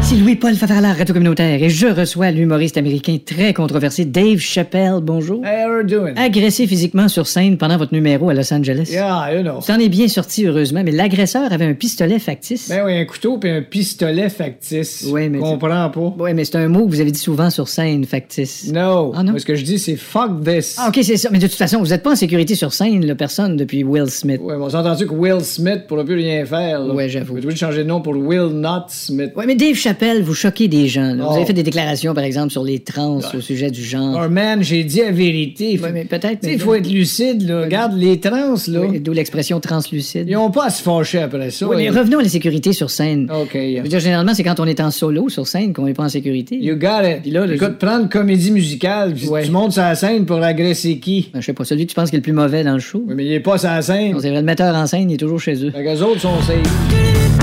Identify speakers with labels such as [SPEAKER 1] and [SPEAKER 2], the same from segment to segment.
[SPEAKER 1] C'est Louis-Paul Favarla, Radio Communautaire, et je reçois l'humoriste américain très controversé Dave Chappelle. Bonjour.
[SPEAKER 2] Hey, how are you doing?
[SPEAKER 1] Agressé physiquement sur scène pendant votre numéro à Los Angeles.
[SPEAKER 2] Yeah, you know.
[SPEAKER 1] T'en es bien sorti, heureusement, mais l'agresseur avait un pistolet factice.
[SPEAKER 2] Ben oui, un couteau puis un pistolet factice.
[SPEAKER 1] Ouais, mais
[SPEAKER 2] Comprends pas.
[SPEAKER 1] Oui, mais c'est un mot que vous avez dit souvent sur scène, factice.
[SPEAKER 2] No.
[SPEAKER 1] Ah, non?
[SPEAKER 2] Moi, ce que je dis, c'est fuck this.
[SPEAKER 1] Ah, OK, c'est ça. Mais de toute façon, vous n'êtes pas en sécurité sur scène, là, personne, depuis Will Smith.
[SPEAKER 2] Ouais, mais on s'est entendu que Will Smith pourra plus rien faire. là.
[SPEAKER 1] Ouais, j'avoue.
[SPEAKER 2] On est obligé de changer de nom pour Will Not Smith.
[SPEAKER 1] Ouais, mais Dave Chappelle, vous choquez des gens. là.
[SPEAKER 2] Oh.
[SPEAKER 1] Vous avez fait des déclarations, par exemple, sur les trans au sujet du genre.
[SPEAKER 2] Oh, man, j'ai dit la vérité.
[SPEAKER 1] Ouais, mais peut-être,
[SPEAKER 2] Tu sais,
[SPEAKER 1] mais-
[SPEAKER 2] il faut être lucide, là. Regarde, les trans, là,
[SPEAKER 1] Oui, D'où l'expression translucide.
[SPEAKER 2] ils n'ont pas à se fâcher après ça.
[SPEAKER 1] Oui, mais
[SPEAKER 2] Ils-
[SPEAKER 1] revenons à la sécurité sur scène.
[SPEAKER 2] OK.
[SPEAKER 1] Je veux dire, généralement, c'est quand on est en solo sur scène qu'on n'est pas en sécurité.
[SPEAKER 2] You got it.
[SPEAKER 1] Puis là, le-
[SPEAKER 2] Écoute, prendre comédie musicale, puis
[SPEAKER 1] Ouais.
[SPEAKER 2] tu montes sur la scène pour agresser qui?
[SPEAKER 1] Ben, je sais pas, celui que tu penses qui est le plus mauvais dans le show.
[SPEAKER 2] Oui, mais il est pas sur la scène.
[SPEAKER 1] Non, c'est vrai, le metteur en scène, il est toujours chez eux.
[SPEAKER 2] Fait que les autres sont safe.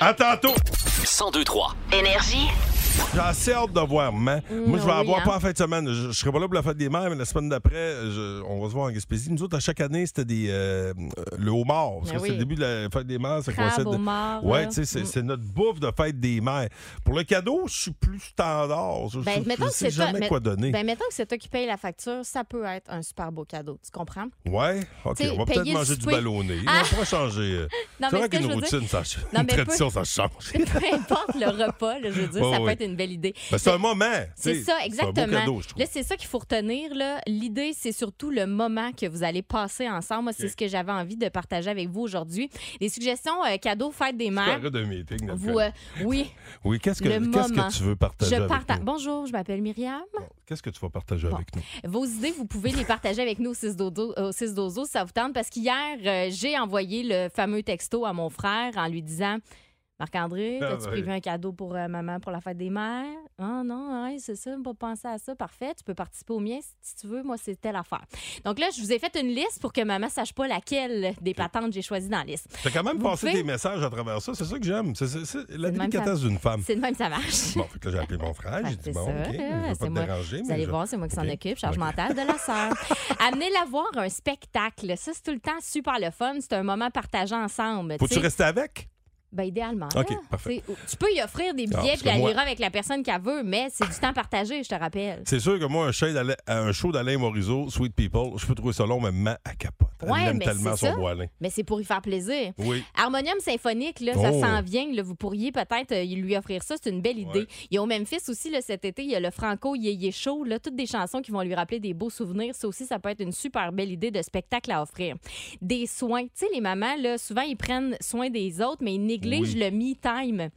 [SPEAKER 3] À tantôt!
[SPEAKER 4] 1023
[SPEAKER 5] Énergie.
[SPEAKER 3] J'ai assez hâte de voir maman. Moi, je vais
[SPEAKER 6] oui,
[SPEAKER 3] avoir
[SPEAKER 6] hein.
[SPEAKER 3] pas en fin de semaine. Je, je serai pas là pour la fête des mères, mais la semaine d'après, je- on va se voir en Gaspésie. Nous autres, à chaque année, c'était des euh, le homard. Parce
[SPEAKER 6] Ben
[SPEAKER 3] que c'est
[SPEAKER 6] oui.
[SPEAKER 3] le début de la fête des mères. Ça
[SPEAKER 6] Crabe,
[SPEAKER 3] coïncide de-
[SPEAKER 6] homard,
[SPEAKER 3] Ouais,
[SPEAKER 6] là.
[SPEAKER 3] tu sais, c'est,
[SPEAKER 6] Mm.
[SPEAKER 3] c'est notre bouffe de fête des mères. Pour le cadeau, je suis plus standard. Je,
[SPEAKER 6] Ben,
[SPEAKER 3] je-
[SPEAKER 6] mettons
[SPEAKER 3] je
[SPEAKER 6] que
[SPEAKER 3] sais
[SPEAKER 6] c'est toi-
[SPEAKER 3] jamais
[SPEAKER 6] mais-
[SPEAKER 3] quoi donner.
[SPEAKER 6] Ben, mettons que c'est toi qui paye la facture, ça peut être un super beau cadeau. Tu comprends?
[SPEAKER 3] ouais, ok,
[SPEAKER 6] t'sais,
[SPEAKER 3] on va
[SPEAKER 6] payer
[SPEAKER 3] peut-être
[SPEAKER 6] le
[SPEAKER 3] manger du
[SPEAKER 6] souper.
[SPEAKER 3] ballonné.
[SPEAKER 6] Ah!
[SPEAKER 3] On pourra changer. euh,
[SPEAKER 6] Non,
[SPEAKER 3] c'est
[SPEAKER 6] mais
[SPEAKER 3] vrai
[SPEAKER 6] ce que
[SPEAKER 3] qu'une
[SPEAKER 6] je veux
[SPEAKER 3] routine,
[SPEAKER 6] dire-
[SPEAKER 3] ça change.
[SPEAKER 6] Non,
[SPEAKER 3] Une
[SPEAKER 6] mais peu-
[SPEAKER 3] tradition, ça change.
[SPEAKER 6] Peu importe le repas, là, je veux dire,
[SPEAKER 3] Ouais,
[SPEAKER 6] ça
[SPEAKER 3] ouais.
[SPEAKER 6] peut être une belle idée.
[SPEAKER 3] Ben, c'est un moment.
[SPEAKER 6] C'est
[SPEAKER 3] t'sais. C'est
[SPEAKER 6] ça,
[SPEAKER 3] un beau
[SPEAKER 6] exactement.
[SPEAKER 3] cadeau, je trouve.
[SPEAKER 6] là, c'est ça qu'il faut retenir. là. L'idée, c'est surtout le moment que vous allez passer ensemble. Moi, c'est ce que j'avais envie de partager avec vous aujourd'hui. Des suggestions euh, cadeaux, fête des
[SPEAKER 3] Je
[SPEAKER 6] mères.
[SPEAKER 3] t'arrête de meeting, Nathalie.
[SPEAKER 6] Vous, euh, oui,
[SPEAKER 3] Oui, qu'est-ce que,
[SPEAKER 6] le
[SPEAKER 3] qu'est-ce
[SPEAKER 6] moment.
[SPEAKER 3] que tu veux partager
[SPEAKER 6] je
[SPEAKER 3] avec
[SPEAKER 6] partage.
[SPEAKER 3] nous?
[SPEAKER 6] Bonjour, je m'appelle Myriam.
[SPEAKER 3] Qu'est-ce que tu vas partager
[SPEAKER 6] Bon.
[SPEAKER 3] avec nous?
[SPEAKER 6] Vos idées, vous pouvez les partager avec nous au 6 dodo- euh, au 6 dozo, si ça vous tente. Parce qu'hier, euh, j'ai envoyé le fameux texto à mon frère en lui disant Marc-André,
[SPEAKER 3] Ah,
[SPEAKER 6] as-tu
[SPEAKER 3] ouais.
[SPEAKER 6] prévu un cadeau pour euh, maman pour la fête des mères? Ah non, ouais, c'est ça, pas penser à ça. Parfait, tu peux participer au mien si tu veux. Moi, c'est telle affaire. Donc là, je vous ai fait une liste pour que maman sache pas laquelle des patentes j'ai choisi dans la liste.
[SPEAKER 3] T'as quand même
[SPEAKER 6] Vous
[SPEAKER 3] passé
[SPEAKER 6] pouvez-
[SPEAKER 3] des messages à travers ça. C'est ça que j'aime. C'est, c'est- c'est la
[SPEAKER 6] C'est de même
[SPEAKER 3] délicatesse d'une femme.
[SPEAKER 6] C'est de même, ça marche.
[SPEAKER 3] Ah. Bon, fait que là, j'ai appelé mon frère.
[SPEAKER 6] Ben,
[SPEAKER 3] J'ai dit,
[SPEAKER 6] c'est
[SPEAKER 3] bon,
[SPEAKER 6] ça,
[SPEAKER 3] OK, je
[SPEAKER 6] hein,
[SPEAKER 3] vais
[SPEAKER 6] c'est
[SPEAKER 3] pas te
[SPEAKER 6] moi.
[SPEAKER 3] déranger.
[SPEAKER 6] Vous
[SPEAKER 3] mais
[SPEAKER 6] allez
[SPEAKER 3] je-
[SPEAKER 6] voir, c'est moi qui s'en
[SPEAKER 3] Ok.
[SPEAKER 6] occupe, charge
[SPEAKER 3] Ok.
[SPEAKER 6] mentale de la sœur. Amenez-la voir un spectacle. Ça, c'est tout le temps super le fun. C'est un moment partagé ensemble. tu
[SPEAKER 3] Faut-tu
[SPEAKER 6] sais.
[SPEAKER 3] rester avec?
[SPEAKER 6] Ben, idéalement.
[SPEAKER 3] OK,
[SPEAKER 6] là.
[SPEAKER 3] parfait. Ah,
[SPEAKER 6] Tu sais, Tu peux y offrir des
[SPEAKER 3] parce
[SPEAKER 6] billets
[SPEAKER 3] que
[SPEAKER 6] puis elle
[SPEAKER 3] moi-
[SPEAKER 6] ira avec la personne qu'elle veut, mais c'est du temps partagé, je te rappelle.
[SPEAKER 3] C'est sûr que moi, un show d'Alain, un show d'Alain Morisot, Sweet People, je peux trouver ça long, mais ma à capote. Elle
[SPEAKER 6] Ouais,
[SPEAKER 3] l'aime
[SPEAKER 6] mais
[SPEAKER 3] tellement
[SPEAKER 6] c'est
[SPEAKER 3] son
[SPEAKER 6] ça.
[SPEAKER 3] voilin.
[SPEAKER 6] Mais c'est pour y faire plaisir.
[SPEAKER 3] Oui.
[SPEAKER 6] Harmonium symphonique, là, ça
[SPEAKER 3] Oh.
[SPEAKER 6] s'en vient. là. vous pourriez peut-être euh, lui offrir ça. C'est une belle idée.
[SPEAKER 3] Ouais.
[SPEAKER 6] Il y a au Memphis aussi là, cet été, il y a le Franco Yéyé Show. Là, toutes des chansons qui vont lui rappeler des beaux souvenirs. Ça aussi, ça peut être une super belle idée de spectacle à offrir. Des soins. Tu sais, les mamans, là, souvent, ils prennent soin des autres, mais ils négligent le me-time.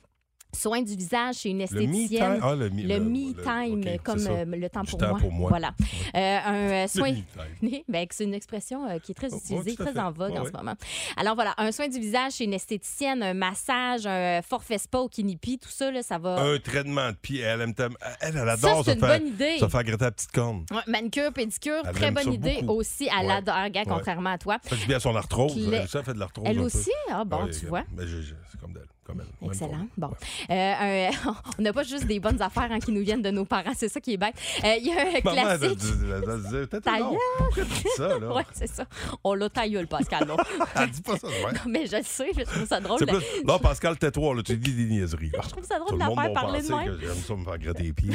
[SPEAKER 6] Soins du visage chez une
[SPEAKER 3] Le
[SPEAKER 6] esthéticienne.
[SPEAKER 3] me-time. Ah, le me
[SPEAKER 6] Le me-time,
[SPEAKER 3] ok, c'est
[SPEAKER 6] comme
[SPEAKER 3] ça.
[SPEAKER 6] euh, le temps,
[SPEAKER 3] Du
[SPEAKER 6] pour,
[SPEAKER 3] temps
[SPEAKER 6] moi.
[SPEAKER 3] pour moi.
[SPEAKER 6] Voilà. Euh, un euh,
[SPEAKER 3] Le
[SPEAKER 6] soin.
[SPEAKER 3] me-time.
[SPEAKER 6] Ben, c'est une expression euh, qui est très
[SPEAKER 3] Oh, ouais,
[SPEAKER 6] utilisée,
[SPEAKER 3] tout à
[SPEAKER 6] très
[SPEAKER 3] fait.
[SPEAKER 6] en vogue
[SPEAKER 3] Ouais,
[SPEAKER 6] en
[SPEAKER 3] ouais.
[SPEAKER 6] ce moment. Alors voilà, un soin du visage chez une esthéticienne, un massage, un forfait spa au kinipi, tout ça, là, ça va.
[SPEAKER 3] Un traitement de pied. Elle aime tellement- Elle, elle
[SPEAKER 6] Ah. ça,
[SPEAKER 3] adore
[SPEAKER 6] c'est
[SPEAKER 3] se
[SPEAKER 6] une
[SPEAKER 3] faire-
[SPEAKER 6] bonne idée.
[SPEAKER 3] se faire gratter la petite corne.
[SPEAKER 6] Ouais, manicure, pédicure,
[SPEAKER 3] Elle
[SPEAKER 6] très
[SPEAKER 3] aime ça
[SPEAKER 6] bonne idée
[SPEAKER 3] beaucoup.
[SPEAKER 6] aussi. Elle
[SPEAKER 3] Ouais.
[SPEAKER 6] adore, gars, contrairement à toi.
[SPEAKER 3] Ça Fait du bien à son arthrose.
[SPEAKER 6] Clé-
[SPEAKER 3] Elle, aussi, elle fait de l'arthrose.
[SPEAKER 6] Elle
[SPEAKER 3] un peu.
[SPEAKER 6] aussi? Ah bon,
[SPEAKER 3] Ouais,
[SPEAKER 6] tu
[SPEAKER 3] euh,
[SPEAKER 6] vois.
[SPEAKER 3] ben, je- je- c'est comme d'elle. Comme elle. Même
[SPEAKER 6] Excellent.
[SPEAKER 3] problème.
[SPEAKER 6] Bon. Euh, un- on n'a pas juste des bonnes affaires hein, qui nous viennent de nos parents, c'est ça qui est bête. Euh, Il y a un
[SPEAKER 3] Maman, elle
[SPEAKER 6] classique.
[SPEAKER 3] disait- elle disait, T'as
[SPEAKER 6] Ta
[SPEAKER 3] été long. Pourquoi tu dis ça, là?
[SPEAKER 6] Oui, c'est ça. On l'a tailleul, Pascal. non.
[SPEAKER 3] Elle dit pas ça, ouais.
[SPEAKER 6] Non, mais je le sais, je trouve ça drôle.
[SPEAKER 3] C'est plus. Là, Pascal, tais toi, là, tu dis des niaiseries. Je
[SPEAKER 6] trouve ça drôle de la faire parler de même.
[SPEAKER 3] J'aime ça me faire gratter les pieds.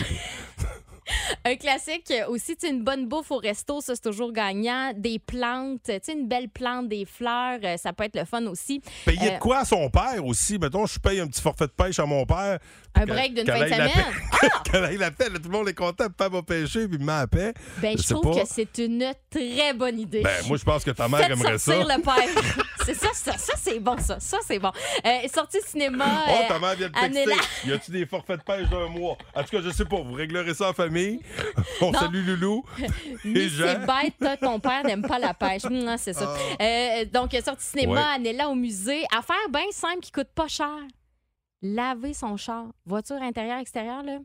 [SPEAKER 6] Un classique euh, aussi, tu sais, une bonne bouffe au resto, ça c'est toujours gagnant. Des plantes, tu sais, une belle plante, des fleurs, euh, ça peut être le fun aussi.
[SPEAKER 3] Payer
[SPEAKER 6] Euh,
[SPEAKER 3] de quoi à son père aussi? Mettons, je paye un petit forfait de pêche à mon père.
[SPEAKER 6] Un
[SPEAKER 3] Que-
[SPEAKER 6] break d'une
[SPEAKER 3] qu'elle
[SPEAKER 6] fin de
[SPEAKER 3] aille la
[SPEAKER 6] semaine. Ah!
[SPEAKER 3] paix. Qu'elle aille la paix, là, tout le monde est content, papa va pêcher, puis me met à paix.
[SPEAKER 6] Ben, je
[SPEAKER 3] sais
[SPEAKER 6] trouve
[SPEAKER 3] pas.
[SPEAKER 6] que c'est une très bonne idée.
[SPEAKER 3] Ben, moi, je pense que ta mère
[SPEAKER 6] Faites
[SPEAKER 3] aimerait ça.
[SPEAKER 6] sortir le père. c'est ça, ça, ça, c'est bon, ça. Ça, c'est bon. Euh, sortie cinéma.
[SPEAKER 3] Oh,
[SPEAKER 6] euh,
[SPEAKER 3] ta mère vient de
[SPEAKER 6] Annela.
[SPEAKER 3] texter. Y a-tu des forfaits de pêche d'un mois? En tout cas, je sais pas. Vous réglerez ça en famille. On
[SPEAKER 6] Non.
[SPEAKER 3] salue Loulou.
[SPEAKER 6] Mais
[SPEAKER 3] Et
[SPEAKER 6] c'est
[SPEAKER 3] Jean.
[SPEAKER 6] bête, toi, ton père n'aime pas la pêche. Hum, non, c'est ça. Euh, donc, sortie cinéma,
[SPEAKER 3] Ah. Ouais.
[SPEAKER 6] Anella au musée. Affaire bien simple qui coûte pas cher. Laver son char. Voiture intérieure, extérieure, là.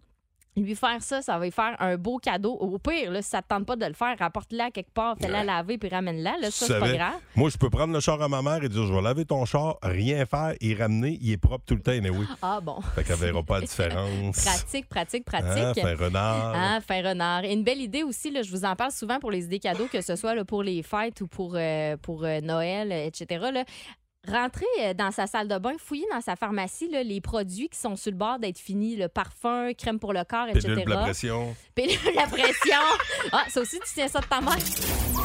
[SPEAKER 6] Lui faire ça, ça va lui faire un beau cadeau. Au pire, là, si ça ne te tente pas de le faire, rapporte-la quelque part, fais-la laver puis ramène-la. Là, ça,
[SPEAKER 3] Tu
[SPEAKER 6] c'est pas
[SPEAKER 3] savais,
[SPEAKER 6] grave.
[SPEAKER 3] Moi, je peux prendre le char à ma mère et dire Je vais laver ton char, rien faire, y ramener, il est propre tout le temps, et oui.
[SPEAKER 6] Ah bon.
[SPEAKER 3] Fait qu'elle verra pas la différence.
[SPEAKER 6] Pratique, pratique,
[SPEAKER 3] Hein,
[SPEAKER 6] pratique.
[SPEAKER 3] fait renard.
[SPEAKER 6] Ah, fin renard. Et une belle idée aussi, là, je vous en parle souvent pour les idées cadeaux, que ce soit là, pour les fêtes ou pour, euh, pour euh, Noël, euh, etc. Là. Rentrer euh, dans sa salle de bain, fouiller dans sa pharmacie là, les produits qui sont sur le bord d'être finis, le parfum, crème pour le corps, etc.
[SPEAKER 3] Pilule de la pression.
[SPEAKER 6] Pilule de la pression. Ah, ça aussi, tu tiens ça de ta mère.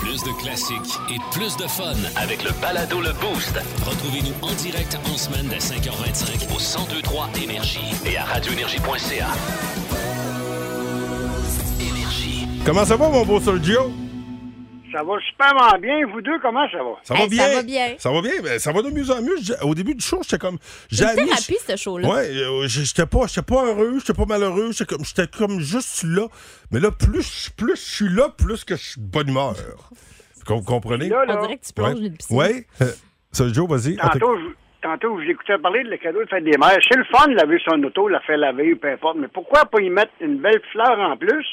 [SPEAKER 7] Plus de classiques et plus de fun.
[SPEAKER 4] Avec le balado Le Boost
[SPEAKER 7] Retrouvez-nous en direct en semaine dès 5h25
[SPEAKER 4] au 1023 Énergie et à radioénergie.ca. Énergie.
[SPEAKER 3] Comment ça va, mon beau Sergio?
[SPEAKER 5] Ça va superment bien. Vous deux, comment ça va?
[SPEAKER 3] Ça va
[SPEAKER 6] Eh, ça
[SPEAKER 3] bien.
[SPEAKER 6] va bien.
[SPEAKER 3] Ça va bien. Ben, ça va de mieux en mieux. Je- Au début du show, j'étais comme.
[SPEAKER 6] C'est
[SPEAKER 3] j'avais-
[SPEAKER 6] une thérapie, ce show-là.
[SPEAKER 3] Ouais, euh, j- j'étais pas, j'étais pas heureux, j'étais pas malheureux, j'étais comme, j'étais comme juste là. Mais là, plus, plus je suis là, plus que je suis de bonne humeur. Com- Vous comprenez?
[SPEAKER 5] Là,
[SPEAKER 6] On
[SPEAKER 5] là,
[SPEAKER 6] dirait que tu plonges dans une piscine.
[SPEAKER 3] Ouais. Euh, Sergio, vas-y. Ah, on t'écoute.
[SPEAKER 5] tantôt, je- tantôt, vous écoutez parler de le cadeau de fête des mères. C'est le fun de laver son auto, la faire laver, peu importe. Mais pourquoi pas y mettre une belle fleur en plus,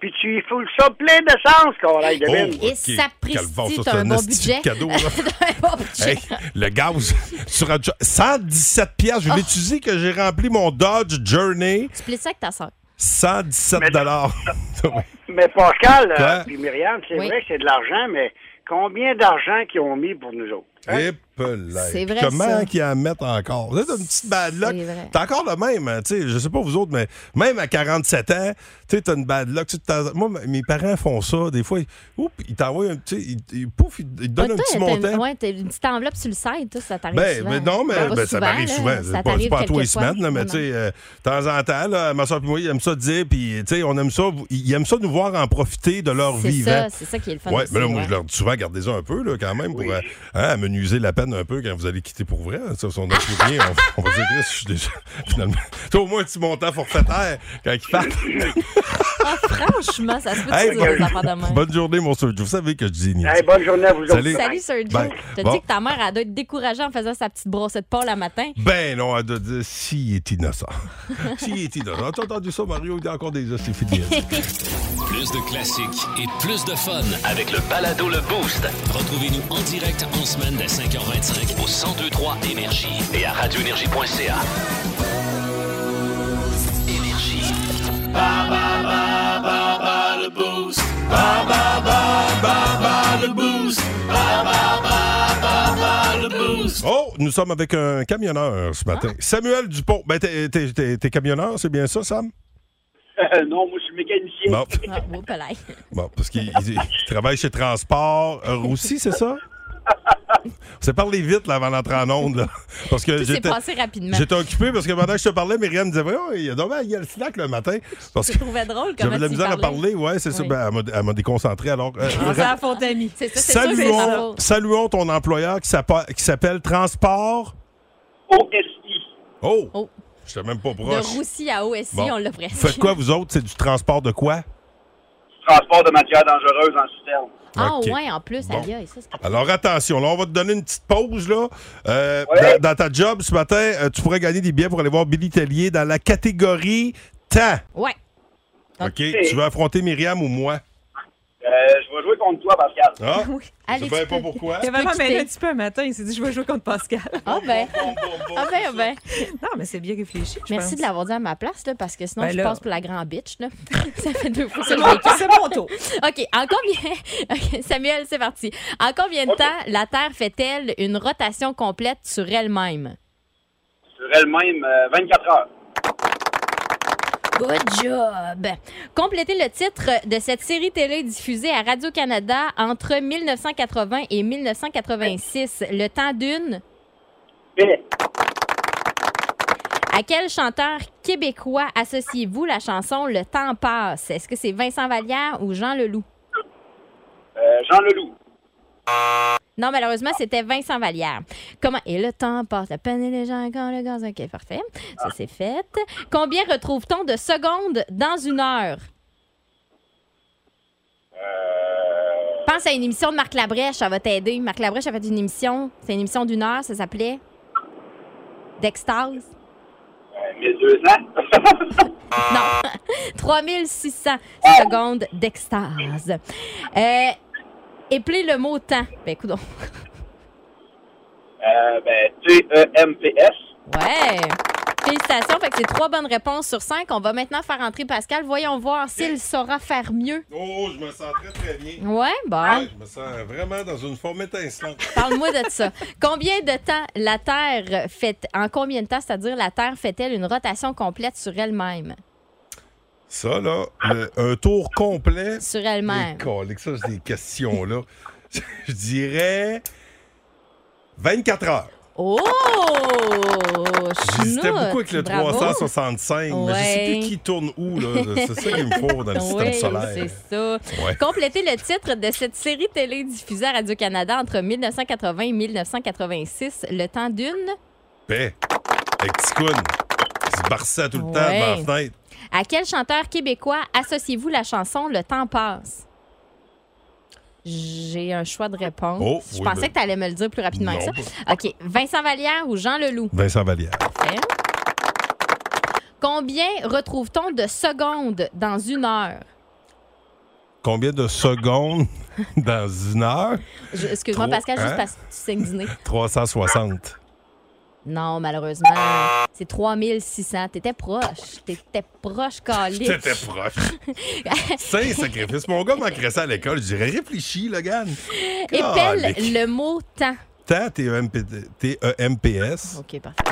[SPEAKER 5] puis tu y fous ça plein d'essence, Corail de
[SPEAKER 3] Oh,
[SPEAKER 5] Mine?
[SPEAKER 6] Et
[SPEAKER 3] ok.
[SPEAKER 6] sapristi,
[SPEAKER 3] Calvaire, ça,
[SPEAKER 6] t'as un bon
[SPEAKER 3] esti de
[SPEAKER 6] budget.
[SPEAKER 3] cadeau, là.
[SPEAKER 6] Oh, pitié.
[SPEAKER 3] Hey, le gaz sur un jo- 117 pièces, je
[SPEAKER 6] Ah.
[SPEAKER 3] l'ai utilisé que j'ai rempli mon Dodge Journey,
[SPEAKER 6] Tu plais ça avec ta soeur.
[SPEAKER 3] 117 dollars.
[SPEAKER 5] Mais Pascal, euh,
[SPEAKER 3] Oh! Quoi?
[SPEAKER 5] puis Myriam, c'est
[SPEAKER 6] Oui.
[SPEAKER 5] vrai que c'est de l'argent, mais combien d'argent qu'ils ont mis pour nous autres? hein?
[SPEAKER 3] Et pelin.
[SPEAKER 6] C'est vrai,
[SPEAKER 3] Comment
[SPEAKER 6] ça.
[SPEAKER 3] qu'il en mettent encore? Là, t'as une petite bad luck.
[SPEAKER 6] C'est vrai.
[SPEAKER 3] T'es encore le même, hein, tu sais, je sais pas vous autres, mais même à 47 ans, tu sais, t'as une bad luck. tu sais, t'as- Moi, m- mes parents font ça. Des fois, ils, oups, ils t'envoient un petit. ils- ils- pouf, ils te donnent
[SPEAKER 6] Ouais,
[SPEAKER 3] un
[SPEAKER 6] toi,
[SPEAKER 3] petit
[SPEAKER 6] t'as une-
[SPEAKER 3] montant.
[SPEAKER 6] Ouais, t'as une petite enveloppe sur le site, toi, ça t'arrive
[SPEAKER 3] Ben,
[SPEAKER 6] souvent.
[SPEAKER 3] mais non, mais
[SPEAKER 6] Ben,
[SPEAKER 3] ben,
[SPEAKER 6] pas
[SPEAKER 3] ça m'arrive
[SPEAKER 6] là.
[SPEAKER 3] souvent.
[SPEAKER 6] Ça
[SPEAKER 3] C'est pas, c'est
[SPEAKER 6] t'arrive
[SPEAKER 3] pas à tous les
[SPEAKER 6] quelques fois.
[SPEAKER 3] semaines, là, mais
[SPEAKER 6] Non,
[SPEAKER 3] tu
[SPEAKER 6] non.
[SPEAKER 3] sais, euh, de temps en temps, là, ma soeur et moi, ils aiment ça dire, puis tu sais, on aime ça, ils aiment ça nous voir en profiter de leur
[SPEAKER 6] C'est
[SPEAKER 3] vivant.
[SPEAKER 6] ça, c'est ça qui est le fun.
[SPEAKER 3] Oui,
[SPEAKER 6] aussi,
[SPEAKER 3] mais ben là, moi,
[SPEAKER 6] ouais.
[SPEAKER 3] je leur dis souvent, gardez-en un peu, là, quand même, pour euh, hein, amenuiser la peine un peu quand vous allez quitter pour vrai. hein. Ça, si on n'a plus rien, on, on va dire, Chris, je suis déjà. Finalement, tu sais, au moins un petit montant forfaitaire quand ils partent.
[SPEAKER 6] Ah, franchement, ça se peut
[SPEAKER 3] Hey,
[SPEAKER 6] que tu dises des
[SPEAKER 3] bonne-
[SPEAKER 6] affaires de même.
[SPEAKER 3] Bonne journée, mon Sergio. Vous savez que je dis niaiserie.
[SPEAKER 5] Hey, bonne journée à vous
[SPEAKER 3] Salut.
[SPEAKER 5] autres.
[SPEAKER 6] Salut, Sergio.
[SPEAKER 3] Bye.
[SPEAKER 6] T'as
[SPEAKER 3] Ben, Bon.
[SPEAKER 6] dit que ta mère, elle doit être découragée en faisant sa petite brossette de le matin.
[SPEAKER 3] Ben non, elle doit dire s'il est innocent. s'il est innocent. T'as entendu ça, Mario? Il y a encore des os, c'est fini.
[SPEAKER 7] Plus de classiques et plus de fun.
[SPEAKER 4] Avec le balado Le Boost
[SPEAKER 7] Retrouvez-nous en direct en semaine dès 5h25
[SPEAKER 4] au 1023 Énergie et à radioénergie.ca. Énergie.
[SPEAKER 3] Oh, nous sommes avec un camionneur ce matin.
[SPEAKER 6] Ah.
[SPEAKER 3] Samuel Dupont. Ben, t'es- t'es t'es- t'es camionneur, c'est bien ça, Sam?
[SPEAKER 5] Euh, non, moi, je suis mécanicien.
[SPEAKER 3] Bon,
[SPEAKER 6] Ah, oh, palais.
[SPEAKER 3] bon parce qu'il il- il travaille chez Transport euh, Roussy, c'est ça? On s'est parlé vite là, avant d'entrer en onde. là. Parce que
[SPEAKER 6] Tout s'est
[SPEAKER 3] j'étais.
[SPEAKER 6] passé rapidement.
[SPEAKER 3] J'étais occupé parce que pendant que je te parlais, Myriam me disait Voyons, il y a dommage, il y a le snack le matin. Parce
[SPEAKER 6] Je
[SPEAKER 3] que
[SPEAKER 6] trouvais drôle comment
[SPEAKER 3] j'avais de la
[SPEAKER 6] tu y
[SPEAKER 3] misère à
[SPEAKER 6] parlais.
[SPEAKER 3] parler, ouais, c'est ça.
[SPEAKER 6] Oui.
[SPEAKER 3] Ben, elle m'a- elle m'a déconcentré alors. euh,
[SPEAKER 6] On s'en fout, Tammy. C'est ça, c'est sûr que c'est ma
[SPEAKER 3] saluons,
[SPEAKER 6] faute.
[SPEAKER 3] saluons ton employeur qui s'appa- qui s'appelle Transport.
[SPEAKER 5] OSI.
[SPEAKER 3] Oh!
[SPEAKER 6] Oh.
[SPEAKER 3] Je même pas
[SPEAKER 6] De
[SPEAKER 3] proche.
[SPEAKER 6] Roussy à OSI,
[SPEAKER 3] Bon.
[SPEAKER 6] on l'a presque.
[SPEAKER 3] Faites quoi, vous autres? C'est du transport de quoi?
[SPEAKER 5] Transport de matières dangereuses en citerne.
[SPEAKER 6] Ah,
[SPEAKER 3] Ok.
[SPEAKER 6] ouais, en plus,
[SPEAKER 3] Bon.
[SPEAKER 6] aïe, aïe, ça, c'est
[SPEAKER 3] Alors attention, là, on va te donner une petite pause là. Euh,
[SPEAKER 5] Ouais.
[SPEAKER 3] dans, dans ta job ce matin, euh, tu pourrais gagner des billets pour aller voir Billy Tellier dans la catégorie temps.
[SPEAKER 6] Ouais. Ah,
[SPEAKER 3] OK? Tu veux affronter Myriam ou moi?
[SPEAKER 5] Euh, je vais jouer contre toi, Pascal.
[SPEAKER 3] Ah, je
[SPEAKER 6] Allez,
[SPEAKER 3] sais
[SPEAKER 6] tu
[SPEAKER 3] pas
[SPEAKER 6] peux-
[SPEAKER 3] pourquoi.
[SPEAKER 8] C'est vraiment
[SPEAKER 6] peux
[SPEAKER 8] mêlé
[SPEAKER 6] quitter.
[SPEAKER 8] un petit peu un matin. Il s'est dit, je vais jouer contre Pascal.
[SPEAKER 6] Ah, ben. Ah, ben, ah, ben.
[SPEAKER 8] Non, mais c'est bien réfléchi. je
[SPEAKER 6] Merci
[SPEAKER 8] pense.
[SPEAKER 6] de l'avoir dit à ma place, là, parce que sinon,
[SPEAKER 8] Ben
[SPEAKER 6] je
[SPEAKER 8] là.
[SPEAKER 6] passe pour la grand bitch. Là. ça fait deux fois que je
[SPEAKER 8] C'est
[SPEAKER 6] le
[SPEAKER 8] mon-
[SPEAKER 6] décale.
[SPEAKER 8] C'est mon tour.
[SPEAKER 6] OK, en combien... OK, Samuel, c'est parti. En combien de temps la Terre fait-elle une rotation complète sur elle-même?
[SPEAKER 5] Sur elle-même, 24 euh, heures.
[SPEAKER 6] Good job! Complétez le titre de cette série télé diffusée à Radio-Canada entre 1980 et 1986. Le temps d'une... À quel chanteur québécois associez-vous la chanson Le temps passe? Est-ce que c'est Vincent Vallière ou Jean Leloup?
[SPEAKER 5] Euh, Jean Leloup.
[SPEAKER 6] Non, malheureusement, c'était Vincent Vallière. Comment? Et le temps passe, la peine et les gens, quand le gaz, ok, parfait. Ça, c'est fait. Combien retrouve-t-on de secondes dans une heure? Pense à une émission de Marc Labrèche, ça va t'aider. Marc Labrèche a fait une
[SPEAKER 5] Euh,
[SPEAKER 6] émission, c'est une émission d'une heure, ça s'appelait Dextase.
[SPEAKER 9] 1200.
[SPEAKER 6] Non. 3600 secondes d'extase. Euh, épeler le mot temps. Ben, coudonc.
[SPEAKER 9] euh, ben, T-E-M-P-S.
[SPEAKER 6] Ouais. Félicitations. Fait que c'est trois bonnes réponses sur cinq. On va maintenant faire entrer Pascal. Voyons voir s'il saura faire mieux.
[SPEAKER 3] Oh, je me sens très, très bien.
[SPEAKER 6] Ouais, bon.
[SPEAKER 3] Ouais, je me sens vraiment dans une forme étincelante.
[SPEAKER 6] Parle-moi de ça. Combien de temps la Terre fait. En combien de temps, c'est-à-dire la Terre fait-elle une rotation complète sur elle-même?
[SPEAKER 3] Ça, là, le- un tour complet.
[SPEAKER 6] Sur elle-même.
[SPEAKER 3] École, que ça, c'est des questions, là. je dirais 24 heures.
[SPEAKER 6] Oh!
[SPEAKER 3] J'hésitais
[SPEAKER 6] chenoute.
[SPEAKER 3] beaucoup avec le
[SPEAKER 6] Bravo.
[SPEAKER 3] 365, mais je sais
[SPEAKER 6] Ouais.
[SPEAKER 3] plus qui tourne où, là. C'est ça qu'il me faut dans le système
[SPEAKER 6] Oui,
[SPEAKER 3] solaire.
[SPEAKER 6] c'est ça.
[SPEAKER 3] Ouais.
[SPEAKER 6] Complétez le titre de cette série télé diffusée à Radio-Canada entre 1980 et 1986, Le temps d'une.
[SPEAKER 3] Paix. Avec Ticoun, qui se barçait tout le temps
[SPEAKER 6] Ouais.
[SPEAKER 3] dans la fenêtre.
[SPEAKER 6] À quel chanteur québécois associez-vous la chanson Le temps passe? J'ai un choix de réponse.
[SPEAKER 3] Oh,
[SPEAKER 6] Je
[SPEAKER 3] oui,
[SPEAKER 6] pensais
[SPEAKER 3] ben-
[SPEAKER 6] que tu allais me le dire plus rapidement que
[SPEAKER 3] Non.
[SPEAKER 6] ça. OK. Vincent Vallière ou Jean Leloup?
[SPEAKER 3] Vincent Vallière.
[SPEAKER 6] Parfait. Combien retrouve-t-on de secondes dans une heure?
[SPEAKER 3] Combien de secondes dans une heure?
[SPEAKER 6] Je- Excuse-moi,
[SPEAKER 3] Trois,
[SPEAKER 6] Pascal, juste
[SPEAKER 3] hein?
[SPEAKER 6] parce que tu saignes du nez.
[SPEAKER 3] 360.
[SPEAKER 6] Non, malheureusement, c'est 3600. T'étais proche. T'étais proche, Calice.
[SPEAKER 3] T'étais proche. C'est un sacrifice. Mon gars m'agressait à l'école. Je dirais réfléchis, Ah, Logan.
[SPEAKER 6] Épelle
[SPEAKER 3] Calique.
[SPEAKER 6] le mot temps.
[SPEAKER 3] Tant E T-E-M-P-S.
[SPEAKER 6] OK, parfait.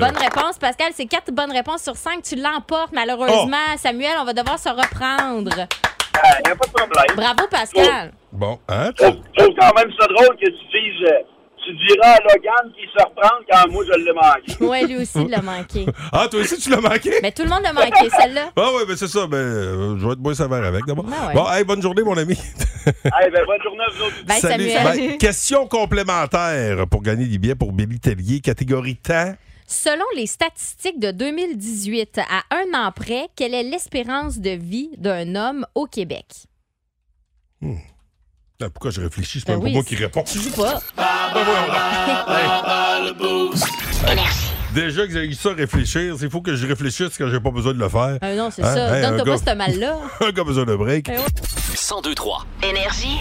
[SPEAKER 6] Bonne réponse, Pascal. C'est quatre bonnes réponses sur cinq. Tu l'emportes, malheureusement.
[SPEAKER 3] Oh!
[SPEAKER 6] Samuel, on va devoir se reprendre.
[SPEAKER 9] Il n'y Ben, a pas de problème.
[SPEAKER 6] Bravo, Pascal.
[SPEAKER 3] Bon, hein?
[SPEAKER 9] Je trouve- je trouve quand même ça drôle que tu dises, euh, tu diras à Logan qu'il se reprend quand moi je l'ai manqué.
[SPEAKER 3] Oh!
[SPEAKER 6] Ouais, lui aussi il l'a manqué.
[SPEAKER 3] Ah, toi aussi, tu l'as manqué?
[SPEAKER 6] Mais tout le monde l'a manqué, celle-là.
[SPEAKER 3] Ah ouais, ben c'est ça. Ben, euh, je vais être moins sévère avec d'abord.
[SPEAKER 6] Ah ouais.
[SPEAKER 3] Bon, hey, bonne journée, mon ami.
[SPEAKER 9] Eh ben, bonne journée à vous autres.
[SPEAKER 6] Bye,
[SPEAKER 3] Salut.
[SPEAKER 6] Samuel.
[SPEAKER 3] Ben, question complémentaire pour gagner des billets pour Billy Tellier, catégorie temps.
[SPEAKER 6] Selon les statistiques de 2018, à un an près, quelle est l'espérance de vie d'un homme au Québec?
[SPEAKER 3] Ah, Pourquoi je réfléchis? C'est
[SPEAKER 6] Ben
[SPEAKER 3] même
[SPEAKER 6] oui,
[SPEAKER 3] pas moi
[SPEAKER 6] c'est-
[SPEAKER 3] qui Ah, réponds.
[SPEAKER 6] Tu joues pas.
[SPEAKER 3] ben, Déjà que j'ai eu ça à réfléchir, il faut que je réfléchisse quand j'ai pas besoin de le faire.
[SPEAKER 6] Ah non, c'est
[SPEAKER 3] Hein?
[SPEAKER 6] ça.
[SPEAKER 3] Hey,
[SPEAKER 6] Donne-toi
[SPEAKER 3] un
[SPEAKER 6] pas
[SPEAKER 3] gars.
[SPEAKER 6] ce mal-là.
[SPEAKER 3] Un gars a besoin de break.
[SPEAKER 4] 1023.
[SPEAKER 10] Énergie.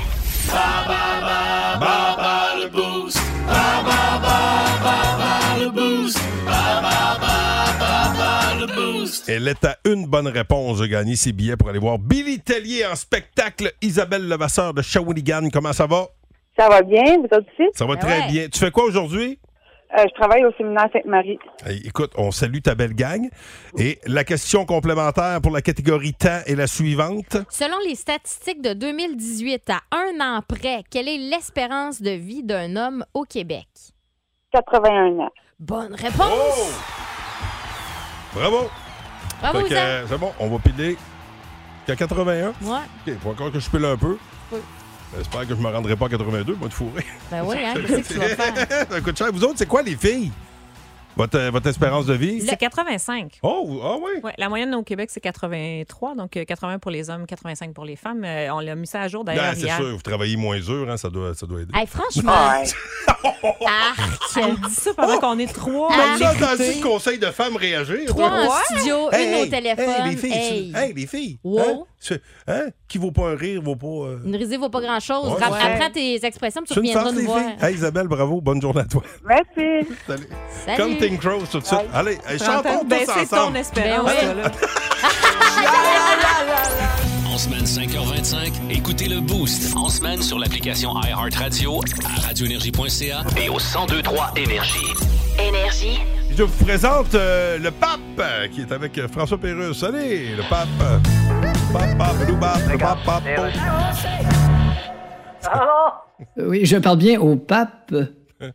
[SPEAKER 3] Elle est à une bonne réponse de gagner ses billets pour aller voir Billy Tellier en spectacle. Isabelle Levasseur de Shawinigan, comment ça va?
[SPEAKER 11] Ça va bien, vous autres aussi?
[SPEAKER 3] Ça va
[SPEAKER 6] Ben
[SPEAKER 3] très
[SPEAKER 6] ouais.
[SPEAKER 3] bien. Tu fais quoi aujourd'hui?
[SPEAKER 11] Euh, je travaille au séminaire Sainte-Marie.
[SPEAKER 3] Hey, Écoute, on salue ta belle gang. Et la question complémentaire pour la catégorie temps est la suivante.
[SPEAKER 6] Selon les statistiques de 2018, à un an près, quelle est l'espérance de vie d'un homme au Québec?
[SPEAKER 11] 81 ans.
[SPEAKER 6] Bonne réponse!
[SPEAKER 3] Bravo!
[SPEAKER 6] Bravo,
[SPEAKER 3] Oh! Fait que,
[SPEAKER 6] Zach!
[SPEAKER 3] euh, c'est bon, on va piler qu'à 81.
[SPEAKER 6] Ouais,
[SPEAKER 3] OK, faut encore que je pile un peu.
[SPEAKER 6] Oui.
[SPEAKER 3] J'espère que je me rendrai pas à 82, moi, de fourrer.
[SPEAKER 6] ben oui, hein, qu'est-ce que tu vas faire?
[SPEAKER 3] Ça coûte cher. Vous autres, c'est quoi, les filles? Votre, euh, votre espérance de vie?
[SPEAKER 8] C'est 85.
[SPEAKER 3] Oh, ah oui.
[SPEAKER 8] Ouais, la moyenne au Québec, c'est 83, donc euh, 80 pour les hommes, 85 pour les femmes. Euh, on l'a mis ça à jour d'ailleurs
[SPEAKER 3] Ah, c'est
[SPEAKER 8] hier.
[SPEAKER 3] sûr, vous travaillez moins dur, hein, ça, doit, ça doit aider.
[SPEAKER 6] Hey, franchement,
[SPEAKER 8] Ah, On
[SPEAKER 6] arc! euh,
[SPEAKER 8] dit ça pendant qu'on est trois.
[SPEAKER 6] Ah,
[SPEAKER 3] Comme
[SPEAKER 6] Comme
[SPEAKER 3] ça,
[SPEAKER 6] ça,
[SPEAKER 3] dans le conseil de femmes réagir.
[SPEAKER 6] Trois en studio, une au téléphone.
[SPEAKER 3] Hey, les filles,
[SPEAKER 6] Hey.
[SPEAKER 3] tu- hey, les filles.
[SPEAKER 6] Wow.
[SPEAKER 3] Hein? Tu- hein? Qui vaut pas un rire, vaut pas. euh,
[SPEAKER 6] Une risée vaut pas grand-chose.
[SPEAKER 3] Ouais.
[SPEAKER 6] Ram-
[SPEAKER 8] Ouais.
[SPEAKER 6] Apprends tes expressions, puis tu
[SPEAKER 3] Tu une
[SPEAKER 6] reviendras
[SPEAKER 3] farce,
[SPEAKER 6] nous
[SPEAKER 3] les
[SPEAKER 6] voir.
[SPEAKER 3] filles. Hey, Isabelle, bravo. Bonne journée à toi.
[SPEAKER 11] Merci.
[SPEAKER 3] Salut.
[SPEAKER 6] Salut.
[SPEAKER 3] Counting Crows, tout de suite. Allez, hey, chantons
[SPEAKER 8] Ben,
[SPEAKER 3] tous
[SPEAKER 8] c'est ton
[SPEAKER 3] ensemble.
[SPEAKER 8] espérance,
[SPEAKER 6] Ben oui.
[SPEAKER 8] toi, là.
[SPEAKER 7] En semaine 5h25, écoutez le Boost.
[SPEAKER 4] En semaine sur l'application iHeartRadio
[SPEAKER 7] à radioénergie.ca.
[SPEAKER 4] et au 1023 Énergie.
[SPEAKER 10] Énergie.
[SPEAKER 3] Je vous présente euh, le pape euh, qui est avec euh, François Pérusse. Allez, le pape. euh, Pape, pape, loup, pape, le pape, pape, pape.
[SPEAKER 1] Euh, Oui, je parle bien au pape. Euh,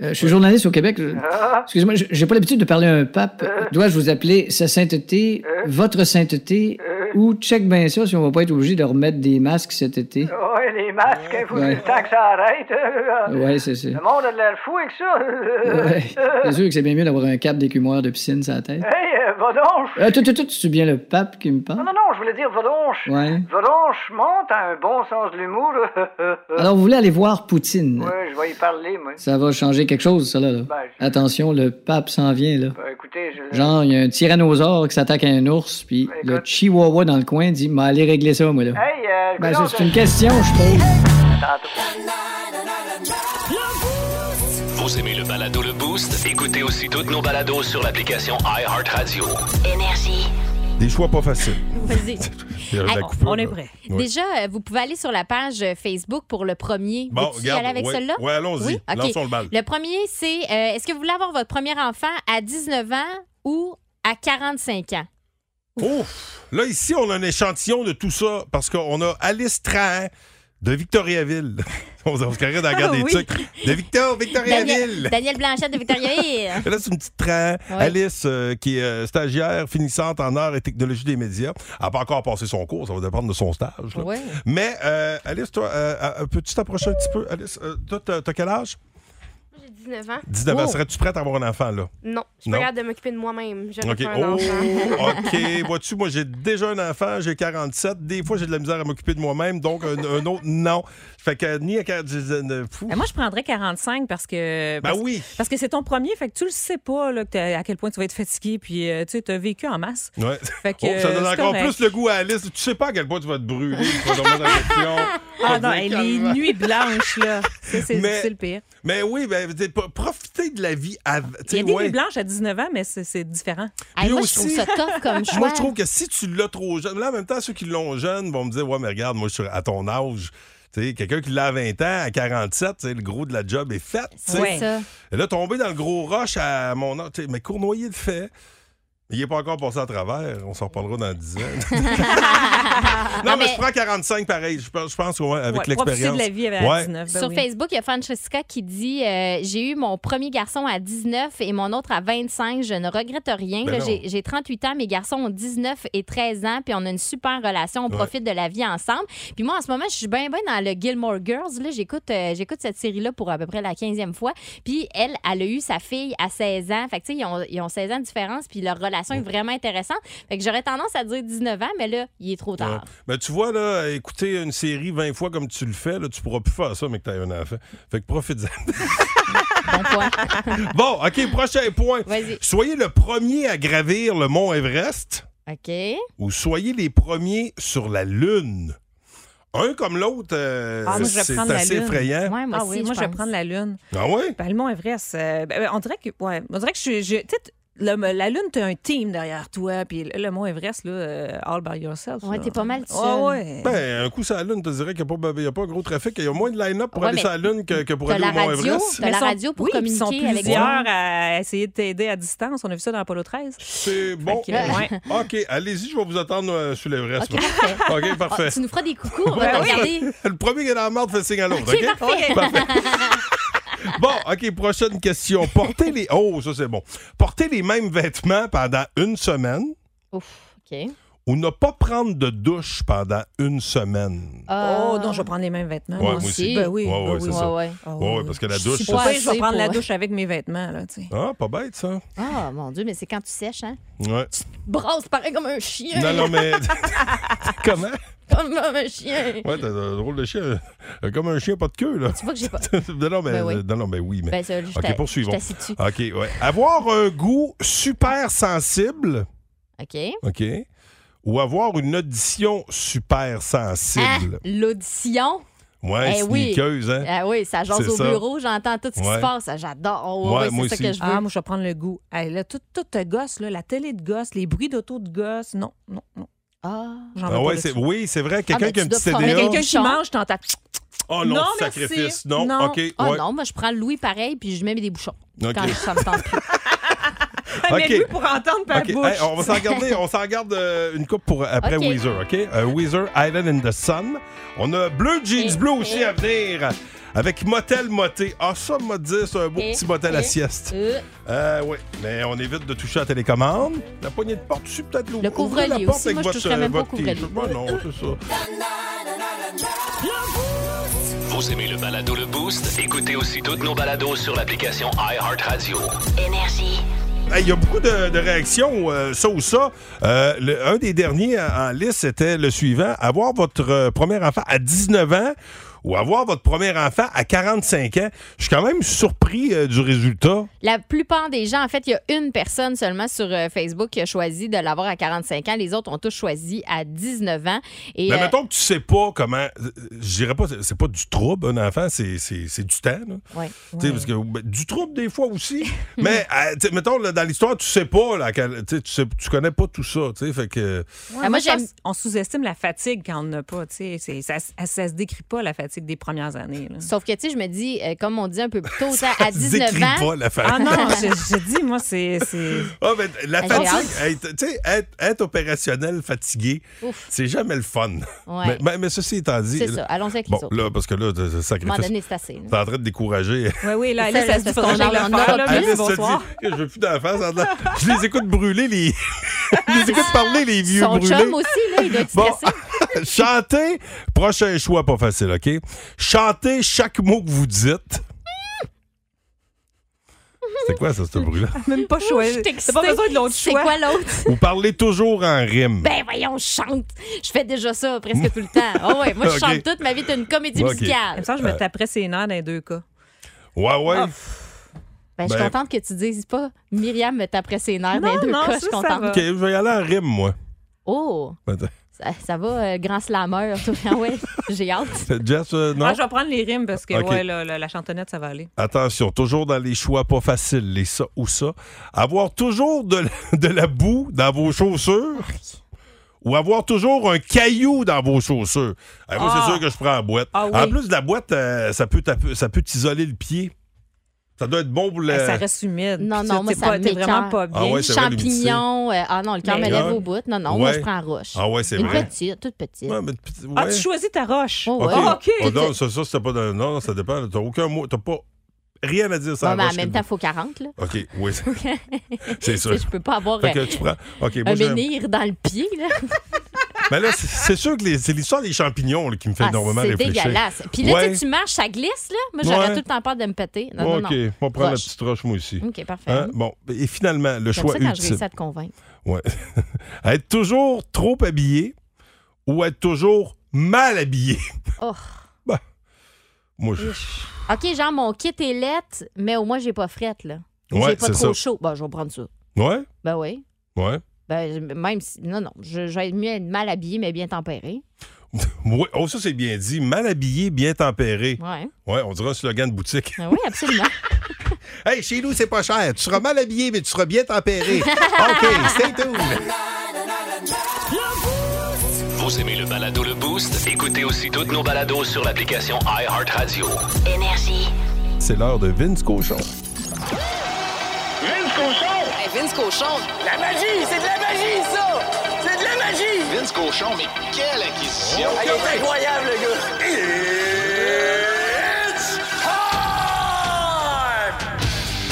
[SPEAKER 1] je suis journaliste au Québec. Je-
[SPEAKER 5] Ah.
[SPEAKER 1] Excusez-moi,
[SPEAKER 5] Euh. Euh.
[SPEAKER 1] je- j'ai pas l'habitude de parler à un pape. Dois-je vous appeler Sa Sainteté, Votre Sainteté
[SPEAKER 2] Ou check bien ça si on va pas être obligé de remettre des masques cet été.
[SPEAKER 5] Oui, les masques, il faut
[SPEAKER 2] Ouais.
[SPEAKER 5] le temps que ça arrête. euh, euh,
[SPEAKER 2] Ouais, c'est ça.
[SPEAKER 5] Le monde a de l'air fou avec ça.
[SPEAKER 2] Ouais. C'est
[SPEAKER 5] Euh,
[SPEAKER 2] sûr que c'est bien mieux d'avoir un cap d'écumeur de piscine sur la tête.
[SPEAKER 5] Hey, euh, va donc.
[SPEAKER 2] Euh, tout, tout, tout, c'est bien le pape qui me
[SPEAKER 5] Non,
[SPEAKER 2] parle?
[SPEAKER 5] non, non, je voulais dire, va donc.
[SPEAKER 2] Ouais.
[SPEAKER 5] Va donc, je monte à un bon sens de l'humour.
[SPEAKER 2] Alors, vous voulez aller voir Poutine?
[SPEAKER 5] Oui, je vais y parler, moi.
[SPEAKER 2] Ça va changer quelque chose, ça, là. là.
[SPEAKER 5] Ben, je-
[SPEAKER 2] Attention, le pape s'en vient, là.
[SPEAKER 5] Ben, écoutez, je...
[SPEAKER 2] Genre, il y a un tyrannosaure qui s'attaque à un ours, puis
[SPEAKER 5] Ben,
[SPEAKER 2] le
[SPEAKER 5] écoute.
[SPEAKER 2] chihuahua dans le coin dit « M'a allez régler ça, moi, là.
[SPEAKER 5] Hey, euh,
[SPEAKER 2] Ben,
[SPEAKER 5] coudonc,
[SPEAKER 2] ça, c'est une question, je pose.
[SPEAKER 4] Vous aimez le balado Le Boost? Écoutez aussi toutes nos balados sur l'application iHeartRadio.
[SPEAKER 10] Énergie.
[SPEAKER 3] Des choix pas faciles.
[SPEAKER 6] Vas-y.
[SPEAKER 3] Il y a de la
[SPEAKER 6] Hey,
[SPEAKER 3] coupure,
[SPEAKER 8] on est
[SPEAKER 3] là.
[SPEAKER 8] prêt.
[SPEAKER 3] Oui.
[SPEAKER 6] Déjà, euh, vous pouvez aller sur la page euh, Facebook pour le premier.
[SPEAKER 3] Bon,
[SPEAKER 6] Veux-tu y
[SPEAKER 3] regarde.
[SPEAKER 6] aller avec
[SPEAKER 3] ouais,
[SPEAKER 6] celui-là?
[SPEAKER 3] ouais, allons-y.
[SPEAKER 6] Oui? OK.
[SPEAKER 3] Lançons le bal.
[SPEAKER 6] Le premier, c'est euh, est-ce que vous voulez avoir votre premier enfant à 19 ans ou à 45 ans?
[SPEAKER 3] Ouf! Là, ici, on a un échantillon de tout ça parce qu'on a Alice Trahan de Victoriaville. on se carré dans la garde
[SPEAKER 6] Ah,
[SPEAKER 3] des
[SPEAKER 6] oui.
[SPEAKER 3] trucs. De Victor,
[SPEAKER 6] Daniel,
[SPEAKER 3] Victoriaville!
[SPEAKER 6] Daniel Blanchette de Victoriaville.
[SPEAKER 3] Et Là, c'est une petite train.
[SPEAKER 6] Oui.
[SPEAKER 3] Alice, euh, qui est euh, stagiaire, finissante en arts et technologie des médias, n'a pas encore passé son cours, ça va dépendre de son stage. là.
[SPEAKER 6] Ouais.
[SPEAKER 3] Mais, euh, Alice, toi, euh, euh, peux-tu t'approcher un petit peu? Alice, euh, toi, t'as t'as quel âge?
[SPEAKER 10] J'ai 19 ans.
[SPEAKER 3] 19 ans.
[SPEAKER 6] Oh.
[SPEAKER 3] Serais-tu prête à avoir un enfant, là?
[SPEAKER 10] Non, je suis
[SPEAKER 3] Non.
[SPEAKER 10] pas capable de m'occuper de moi-même. J'aurais
[SPEAKER 3] OK.
[SPEAKER 10] pas un
[SPEAKER 3] Oh,
[SPEAKER 10] enfant.
[SPEAKER 3] OK. Vois-tu, moi, j'ai déjà un enfant, j'ai 47. Des fois, j'ai de la misère à m'occuper de moi-même, donc un, un autre, non. Fait que ni à 49. fou.
[SPEAKER 8] Ben, moi, je prendrais 45 parce que.
[SPEAKER 3] Ben
[SPEAKER 8] parce-
[SPEAKER 3] oui.
[SPEAKER 8] Parce que c'est ton premier, fait que tu le sais pas là, que t'as- à quel point tu vas être fatigué, puis euh, tu sais, t'as vécu en masse.
[SPEAKER 3] Ouais.
[SPEAKER 8] Fait que,
[SPEAKER 3] Oh, ça donne
[SPEAKER 8] euh, c'est
[SPEAKER 3] encore
[SPEAKER 8] correct.
[SPEAKER 3] plus le goût à Alice. Tu sais pas à quel point tu vas te brûler, tu vas dormir dans la question.
[SPEAKER 8] Ah non, hey, les nuits blanches, là. Ça, C'est
[SPEAKER 3] Mais-
[SPEAKER 8] c'est le pire.
[SPEAKER 3] Mais oui, ben, t'es pas- profitez de la vie. avant.
[SPEAKER 8] Il y
[SPEAKER 3] T'sais,
[SPEAKER 8] a des
[SPEAKER 3] ouais.
[SPEAKER 8] nuits blanches à 19 ans, mais c'est- c'est différent.
[SPEAKER 6] Hey, moi,
[SPEAKER 3] aussi-
[SPEAKER 6] je trouve ça tough comme choix.
[SPEAKER 3] Moi, je trouve que si tu l'as trop jeune, là, en même temps, ceux qui l'ont jeune vont me dire Ouais, mais regarde, moi, je suis à ton âge. Tu sais, Quelqu'un qui l'a à 20 ans, à 47, tu sais, le gros de la job est fait. tu sais.
[SPEAKER 6] C'est
[SPEAKER 8] Ouais.
[SPEAKER 6] ça.
[SPEAKER 3] Et là, tomber dans le gros rush à mon âge. tu sais, Mais Cournoyer le fait. Il n'est pas encore passé à travers. On s'en reparlera dans 10 ans. non,
[SPEAKER 6] Non,
[SPEAKER 3] mais,
[SPEAKER 6] mais-
[SPEAKER 3] je prends 45 pareil. Je pense, je pense ouais, avec
[SPEAKER 8] Ouais, profiter
[SPEAKER 3] l'expérience.
[SPEAKER 8] de la vie à
[SPEAKER 3] Ouais.
[SPEAKER 8] 19 ben
[SPEAKER 6] Sur
[SPEAKER 8] oui.
[SPEAKER 6] Facebook, il y a Francesca qui dit euh, J'ai eu mon premier garçon à 19 et mon autre à 25. Je ne regrette rien.
[SPEAKER 3] Ben
[SPEAKER 6] Là,
[SPEAKER 3] non.
[SPEAKER 6] J'ai j'ai 38 ans, mes garçons ont 19 et 13 ans, puis on a une super relation. On
[SPEAKER 3] Ouais.
[SPEAKER 6] profite de la vie ensemble. Puis moi, en ce moment, je suis bien, bien dans le Gilmore Girls. là. J'écoute euh, j'écoute cette série-là pour à peu près la 15e fois. Puis elle, elle a eu sa fille à 16 ans. Fait que, tu sais, ils ont, ils ont 16 ans de différence, puis leur relation est vraiment intéressante. Fait que j'aurais tendance à dire 19 ans, mais là, il est trop
[SPEAKER 3] Ouais.
[SPEAKER 6] tard.
[SPEAKER 3] Mais Ben, tu vois, là, écouter une série 20 fois comme tu le fais, là, tu pourras plus faire ça, mais que tu as un enfant. Fait que profite-en.
[SPEAKER 6] Bon point.
[SPEAKER 3] bon, OK, prochain point.
[SPEAKER 6] Vas-y.
[SPEAKER 3] Soyez le premier à gravir le mont Everest
[SPEAKER 6] OK.
[SPEAKER 3] ou soyez les premiers sur la Lune. Un comme l'autre, euh,
[SPEAKER 8] Ah, moi, je vais
[SPEAKER 3] c'est
[SPEAKER 8] prendre la
[SPEAKER 3] assez
[SPEAKER 8] Lune.
[SPEAKER 3] effrayant.
[SPEAKER 6] Ouais, moi
[SPEAKER 8] Ah
[SPEAKER 6] aussi,
[SPEAKER 8] oui, moi, je vais
[SPEAKER 6] pense.
[SPEAKER 8] prendre la lune.
[SPEAKER 3] Ah ouais?
[SPEAKER 8] Ben, le Mont Everest, euh, ben, ben, on dirait que, ouais, on dirait que je suis. je- tu sais, t- le- la Lune, t'as un team derrière toi, puis le, le Mont Everest, là, euh, all by yourself.
[SPEAKER 6] Ouais,
[SPEAKER 8] là.
[SPEAKER 6] t'es pas mal tout
[SPEAKER 8] Ouais,
[SPEAKER 6] seul.
[SPEAKER 8] ouais.
[SPEAKER 3] Ben, un coup sur la Lune, tu dirais qu'il n'y a, pas- il y a pas gros trafic. Il y a moins de line-up pour
[SPEAKER 6] Ouais,
[SPEAKER 3] aller
[SPEAKER 6] mais
[SPEAKER 3] sur la Lune que, que pour
[SPEAKER 6] t'as
[SPEAKER 3] aller au
[SPEAKER 6] la radio,
[SPEAKER 3] Mont-Everest.
[SPEAKER 6] t'as- la
[SPEAKER 8] Mais sont-
[SPEAKER 6] radio pour
[SPEAKER 8] oui, puis ils sont
[SPEAKER 6] communiquer avec
[SPEAKER 8] plusieurs à essayer de t'aider à distance. On a vu ça dans Apollo 13.
[SPEAKER 3] C'est bon.
[SPEAKER 8] Fait que, ouais.
[SPEAKER 3] OK, allez-y, je vais vous attendre euh, sur l'Everest.
[SPEAKER 6] OK,
[SPEAKER 3] moi.
[SPEAKER 6] parfait.
[SPEAKER 3] OK, parfait.
[SPEAKER 6] Ah, tu nous feras des coucous, on va
[SPEAKER 8] Ouais,
[SPEAKER 6] te
[SPEAKER 8] oui.
[SPEAKER 6] regarder.
[SPEAKER 3] Le premier qui est dans la marde fait signe à l'autre. OK,
[SPEAKER 6] parfait.
[SPEAKER 3] Parfait. Bon, OK, prochaine question. Portez les. Oh, ça, c'est bon. Portez les mêmes vêtements pendant une semaine
[SPEAKER 6] Ouf, OK.
[SPEAKER 3] ou ne pas prendre de douche pendant une semaine.
[SPEAKER 6] Ah.
[SPEAKER 8] Oh, non, je vais prendre les mêmes vêtements.
[SPEAKER 3] Bah. Ouais, moi aussi.
[SPEAKER 8] Ben oui.
[SPEAKER 3] Ouais, ouais,
[SPEAKER 8] ben oui.
[SPEAKER 3] c'est ça.
[SPEAKER 6] Ouais, ouais.
[SPEAKER 8] Ah
[SPEAKER 3] Ouais, ouais, parce que la
[SPEAKER 6] Oh, Je
[SPEAKER 3] douche.
[SPEAKER 6] suis
[SPEAKER 8] Au
[SPEAKER 3] ça-
[SPEAKER 6] pas-
[SPEAKER 8] pire, je vais
[SPEAKER 6] assez
[SPEAKER 8] prendre la
[SPEAKER 6] pour-
[SPEAKER 8] douche avec mes vêtements, là, tu sais.
[SPEAKER 3] Ah, pas bête, ça.
[SPEAKER 6] Ah, mon Dieu, mais c'est quand tu sèches, hein?
[SPEAKER 3] Ouais.
[SPEAKER 6] Brosse pareil comme un chien.
[SPEAKER 3] Non, non, mais. Comment?
[SPEAKER 6] Comme un chien.
[SPEAKER 3] Ouais, t'as un drôle de chien. Euh, Comme un chien pas de queue, là.
[SPEAKER 6] Tu vois que j'ai pas.
[SPEAKER 3] non, non, mais,
[SPEAKER 6] Ben oui.
[SPEAKER 3] non, non, mais oui, mais.
[SPEAKER 6] Ben, ça, je
[SPEAKER 3] OK,
[SPEAKER 6] t'a-
[SPEAKER 3] poursuivons. Ah.
[SPEAKER 6] Je t'assis dessus.
[SPEAKER 3] OK, ouais. Avoir un goût super sensible,
[SPEAKER 6] OK.
[SPEAKER 3] OK, ou avoir une audition super
[SPEAKER 6] Ah,
[SPEAKER 3] sensible.
[SPEAKER 6] L'audition.
[SPEAKER 3] Ouais,
[SPEAKER 6] Eh oui.
[SPEAKER 3] sneakeuse, hein?
[SPEAKER 6] Ah oui, ça jase
[SPEAKER 3] C'est
[SPEAKER 6] au
[SPEAKER 3] ça.
[SPEAKER 6] bureau, j'entends tout ce qui
[SPEAKER 3] Ouais.
[SPEAKER 6] se passe. ça, J'adore. Oh,
[SPEAKER 3] Ouais,
[SPEAKER 6] oui,
[SPEAKER 3] moi
[SPEAKER 6] c'est ça
[SPEAKER 3] aussi.
[SPEAKER 6] que je veux.
[SPEAKER 8] Ah, moi, je vais prendre le goût. Hey, là, tout, tout te gosse, là, la télé de gosse, les bruits d'auto de gosse. Non, non, non.
[SPEAKER 6] Ah.
[SPEAKER 8] J'en
[SPEAKER 3] Ah
[SPEAKER 8] veux
[SPEAKER 3] ouais,
[SPEAKER 8] pas de
[SPEAKER 3] c'est,
[SPEAKER 8] ça.
[SPEAKER 3] oui, c'est vrai. Quelqu'un
[SPEAKER 6] ben,
[SPEAKER 3] qui a un
[SPEAKER 6] tu
[SPEAKER 3] petit CDA.
[SPEAKER 6] dois former
[SPEAKER 8] Mais quelqu'un qui
[SPEAKER 6] Chant.
[SPEAKER 8] mange, t'entends.
[SPEAKER 3] Oh non,
[SPEAKER 8] Non,
[SPEAKER 3] petit
[SPEAKER 8] merci.
[SPEAKER 3] sacrifice. Non,
[SPEAKER 8] Non.
[SPEAKER 3] OK. Ouais.
[SPEAKER 6] Ah non, moi, je prends Louis pareil, puis je mets des bouchons.
[SPEAKER 3] OK.
[SPEAKER 6] Quand ça me tente plus.
[SPEAKER 3] OK.
[SPEAKER 8] Mais lui, pour entendre par
[SPEAKER 3] OK.
[SPEAKER 8] bouche.
[SPEAKER 3] Hey, on va s'en garder, on s'en garde euh, une coupe pour après
[SPEAKER 6] OK.
[SPEAKER 3] Weezer, OK? Euh, Weezer, Island in the Sun. On a Blue Jeans Blue aussi à venir Avec Motel Moté. Ah, ça, m'a dit, c'est un beau
[SPEAKER 6] Eh,
[SPEAKER 3] petit motel à
[SPEAKER 6] eh,
[SPEAKER 3] sieste.
[SPEAKER 6] euh.
[SPEAKER 3] Euh, oui, mais on évite de toucher à la télécommande. La poignée de porte, je suis peut-être l'ouvrir.
[SPEAKER 6] Le couvre-lit
[SPEAKER 3] la porte
[SPEAKER 6] aussi.
[SPEAKER 3] avec
[SPEAKER 6] Moi, je
[SPEAKER 3] votre- euh,
[SPEAKER 6] toucherais même pas au
[SPEAKER 3] votre
[SPEAKER 6] couvre-lit.
[SPEAKER 3] t-shirt. Ben non, c'est ça.
[SPEAKER 4] Vous aimez le balado Le Boost? Écoutez aussi toutes nos balados sur l'application iHeartRadio.
[SPEAKER 12] Énergie.
[SPEAKER 3] Hey, Il y a beaucoup de, de réactions, euh, ça ou ça. Euh, le- un des derniers en, en liste, c'était le suivant. Avoir votre euh, premier enfant à 19 ans ou avoir votre premier enfant à 45 ans. Je suis quand même surpris euh, du résultat.
[SPEAKER 6] La plupart des gens, en fait, il y a une personne seulement sur euh, Facebook qui a choisi de l'avoir à 45 ans. Les autres ont tous choisi à 19 ans. Et,
[SPEAKER 3] Mais
[SPEAKER 6] euh,
[SPEAKER 3] mettons que tu sais pas comment... euh, Je dirais pas, c'est- c'est pas du trouble, un enfant, c'est c'est- c'est du temps. là.
[SPEAKER 6] ouais.
[SPEAKER 3] Tu sais, Parce que, ben, du trouble des fois aussi. mais euh, tu sais, mettons, là, dans l'histoire, tu sais pas, là, quel- tu sais, tu sais- tu connais pas tout ça. tu sais, Fait que...
[SPEAKER 6] Ah,
[SPEAKER 8] Ouais, Ah, moi, je pense On sous-estime la fatigue quand on n'a pas. tu sais. C'est- Ça, ça, se décrit pas, la fatigue des premières années. là.
[SPEAKER 6] Sauf que, tu sais, je me dis, euh, comme on dit un peu plus tôt, ça, à
[SPEAKER 3] se
[SPEAKER 6] 19
[SPEAKER 3] décrit
[SPEAKER 6] ans.
[SPEAKER 3] pas, la fatigue.
[SPEAKER 8] Ah non, je, je dis, moi, c'est. c'est-
[SPEAKER 3] Ah, ben, la
[SPEAKER 8] Hey,
[SPEAKER 3] fatigue,
[SPEAKER 8] j'ai hâte.
[SPEAKER 3] hey, t- tu sais, être, être opérationnel fatigué,
[SPEAKER 6] Ouf.
[SPEAKER 3] c'est jamais le fun.
[SPEAKER 6] Ouais.
[SPEAKER 3] Mais, mais- mais ceci étant dit.
[SPEAKER 6] C'est
[SPEAKER 3] là-
[SPEAKER 6] ça, allons-y avec
[SPEAKER 3] bon,
[SPEAKER 6] les autres.
[SPEAKER 3] là, parce que là, t- t-
[SPEAKER 6] À un moment
[SPEAKER 3] sacrifice.
[SPEAKER 6] donné, c'est assez. là.
[SPEAKER 3] T'es en train de décourager.
[SPEAKER 8] Oui, oui, là,
[SPEAKER 6] C'est
[SPEAKER 8] là,
[SPEAKER 6] ça,
[SPEAKER 8] ça
[SPEAKER 6] là,
[SPEAKER 8] se
[SPEAKER 6] c'est
[SPEAKER 8] dit,
[SPEAKER 6] parce
[SPEAKER 8] faudrait
[SPEAKER 6] qu'on
[SPEAKER 8] le
[SPEAKER 6] en
[SPEAKER 8] faire,
[SPEAKER 6] aura
[SPEAKER 8] là,
[SPEAKER 6] plus.
[SPEAKER 8] mais
[SPEAKER 3] Alice se
[SPEAKER 8] bonsoir.
[SPEAKER 3] dit, je veux plus d'enfants. ça- Je les écoute brûler, les. je les écoute parler, les vieux
[SPEAKER 6] Son
[SPEAKER 3] brûlés.
[SPEAKER 6] chum aussi, là, il doit être
[SPEAKER 3] Bon.
[SPEAKER 6] stressé.
[SPEAKER 3] Chanter, prochain choix pas facile, OK? Chanter chaque mot que vous dites. C'est quoi ça, ce bruit-là?
[SPEAKER 8] Même pas
[SPEAKER 6] Ouh, je
[SPEAKER 8] choisi.
[SPEAKER 6] suis
[SPEAKER 8] T'as pas
[SPEAKER 6] excitée.
[SPEAKER 8] besoin de l'autre
[SPEAKER 6] C'est
[SPEAKER 8] choix.
[SPEAKER 6] quoi l'autre?
[SPEAKER 3] Vous parlez toujours en rime.
[SPEAKER 6] Ben voyons, je chante. Je fais déjà ça presque tout le temps. Ah ouais, moi je
[SPEAKER 3] Ok.
[SPEAKER 6] chante toute ma vie, t'es une comédie
[SPEAKER 3] Ok.
[SPEAKER 6] musicale.
[SPEAKER 8] Ça, je me taperais ses nerfs dans les deux cas.
[SPEAKER 3] Ouais,
[SPEAKER 6] oh,
[SPEAKER 3] ouais.
[SPEAKER 6] Ben, je suis
[SPEAKER 3] Ben-
[SPEAKER 6] contente que tu dises pas Myriam me taperait ses nerfs dans
[SPEAKER 8] Non,
[SPEAKER 6] les deux
[SPEAKER 8] non,
[SPEAKER 6] cas.
[SPEAKER 8] ça,
[SPEAKER 6] Je suis
[SPEAKER 8] ça
[SPEAKER 6] contente.
[SPEAKER 8] va.
[SPEAKER 3] OK, je vais y aller en rime, moi.
[SPEAKER 6] Oh,
[SPEAKER 3] Attends.
[SPEAKER 6] ça, ça va, euh, grand slammer. toi. Ah ouais, j'ai hâte.
[SPEAKER 3] Jess, euh, non?
[SPEAKER 8] Ah, je vais prendre les rimes parce que
[SPEAKER 3] Ok.
[SPEAKER 8] ouais, là, là, la chantonnette, ça va aller.
[SPEAKER 3] Attention, toujours dans les choix pas faciles, les ça ou ça. Avoir toujours de, la- de la boue dans vos chaussures ou avoir toujours un caillou dans vos chaussures. Eh, moi,
[SPEAKER 8] Ah.
[SPEAKER 3] c'est sûr que je prends la boîte.
[SPEAKER 8] Ah oui.
[SPEAKER 3] En plus, la boîte, euh, ça peut taper- ça peut t'isoler le pied. Ça doit être bon pour le...
[SPEAKER 8] Eh, Ça reste humide.
[SPEAKER 6] Non,
[SPEAKER 8] Puis
[SPEAKER 6] non,
[SPEAKER 8] tu-
[SPEAKER 6] moi
[SPEAKER 8] t'es
[SPEAKER 6] ça
[SPEAKER 8] pas- T'es vraiment
[SPEAKER 6] m'écoeure.
[SPEAKER 8] pas bien.
[SPEAKER 3] Ah ouais, c'est vrai,
[SPEAKER 6] Champignons. euh, ah non, le cœur me
[SPEAKER 8] Mais-
[SPEAKER 6] lève au bout. Non, non, moi
[SPEAKER 3] Ouais.
[SPEAKER 6] je prends la roche.
[SPEAKER 3] Ah ouais, c'est
[SPEAKER 6] Une
[SPEAKER 3] vrai.
[SPEAKER 6] petite, toute petite.
[SPEAKER 3] Ouais, mais p-
[SPEAKER 8] Ah,
[SPEAKER 3] ouais.
[SPEAKER 8] tu choisis ta roche.
[SPEAKER 6] Oh,
[SPEAKER 3] OK.
[SPEAKER 6] ouais.
[SPEAKER 8] Ah, OK.
[SPEAKER 3] Oh, non, ça, ça, c'était pas... dans- Non, non, ça dépend. T'as aucun mot. T'as pas rien à dire
[SPEAKER 6] Bon,
[SPEAKER 3] ça.
[SPEAKER 6] mais en même temps, il faut 40. Là.
[SPEAKER 3] OK, oui. c'est
[SPEAKER 6] Tu
[SPEAKER 3] sûr.
[SPEAKER 6] sais, Je peux pas avoir
[SPEAKER 3] Fait
[SPEAKER 6] euh,
[SPEAKER 3] que tu prends... OK, moi,
[SPEAKER 6] un
[SPEAKER 3] j'ai-
[SPEAKER 6] menhir dans le pied. Là.
[SPEAKER 3] Mais là, c'est- c'est sûr que les- c'est l'histoire des champignons là, qui me fait
[SPEAKER 6] Ah,
[SPEAKER 3] énormément
[SPEAKER 6] c'est
[SPEAKER 3] réfléchir.
[SPEAKER 6] dégueulasse. Puis là,
[SPEAKER 3] Ouais.
[SPEAKER 6] tu sais, tu marches, ça glisse. Là. Moi,
[SPEAKER 3] Ouais.
[SPEAKER 6] j'aurais tout le temps peur de me péter. Non,
[SPEAKER 3] OK,
[SPEAKER 6] non, non.
[SPEAKER 3] on va prendre la
[SPEAKER 6] Roche.
[SPEAKER 3] petite roche, moi aussi.
[SPEAKER 6] OK, parfait.
[SPEAKER 3] Hein? Bon, et finalement, le
[SPEAKER 6] J'aime
[SPEAKER 3] choix
[SPEAKER 6] ça quand je
[SPEAKER 3] ultime.
[SPEAKER 6] réussis à te convaincre.
[SPEAKER 3] Ouais. être toujours trop habillé ou être toujours mal habillé.
[SPEAKER 6] Oh.
[SPEAKER 3] Bah, moi, je.
[SPEAKER 6] OK, genre, mon kit est lettre, mais au moins, j'ai pas frette. là.
[SPEAKER 3] Ouais,
[SPEAKER 6] j'ai pas
[SPEAKER 3] c'est ça.
[SPEAKER 6] trop chaud. Bon, je vais prendre ça.
[SPEAKER 3] Ouais,
[SPEAKER 6] Ben oui.
[SPEAKER 3] ouais.
[SPEAKER 6] Ben, même si. Non, non. Je, je vais être mieux être mal habillé, mais bien tempéré.
[SPEAKER 3] Ouais, Oh, ça, c'est bien dit. Mal habillé, bien tempéré.
[SPEAKER 6] Ouais.
[SPEAKER 3] Ouais, on dirait un slogan de boutique.
[SPEAKER 6] Ben oui, absolument.
[SPEAKER 3] Hey, chez nous, c'est pas cher. Tu seras mal habillé, mais tu seras bien tempéré. OK, c'est tout.
[SPEAKER 4] Vous aimez le balado Le Boost? Écoutez aussi toutes nos balados sur l'application iHeartRadio.
[SPEAKER 12] Énergie.
[SPEAKER 3] C'est l'heure de Vince Cochon.
[SPEAKER 9] Vince Cochon!
[SPEAKER 12] Vince Cochon.
[SPEAKER 9] La magie! C'est de la magie, ça! C'est de la magie!
[SPEAKER 4] Vince Cochon, mais quelle acquisition!
[SPEAKER 9] Ah, il est incroyable, le gars! It's time!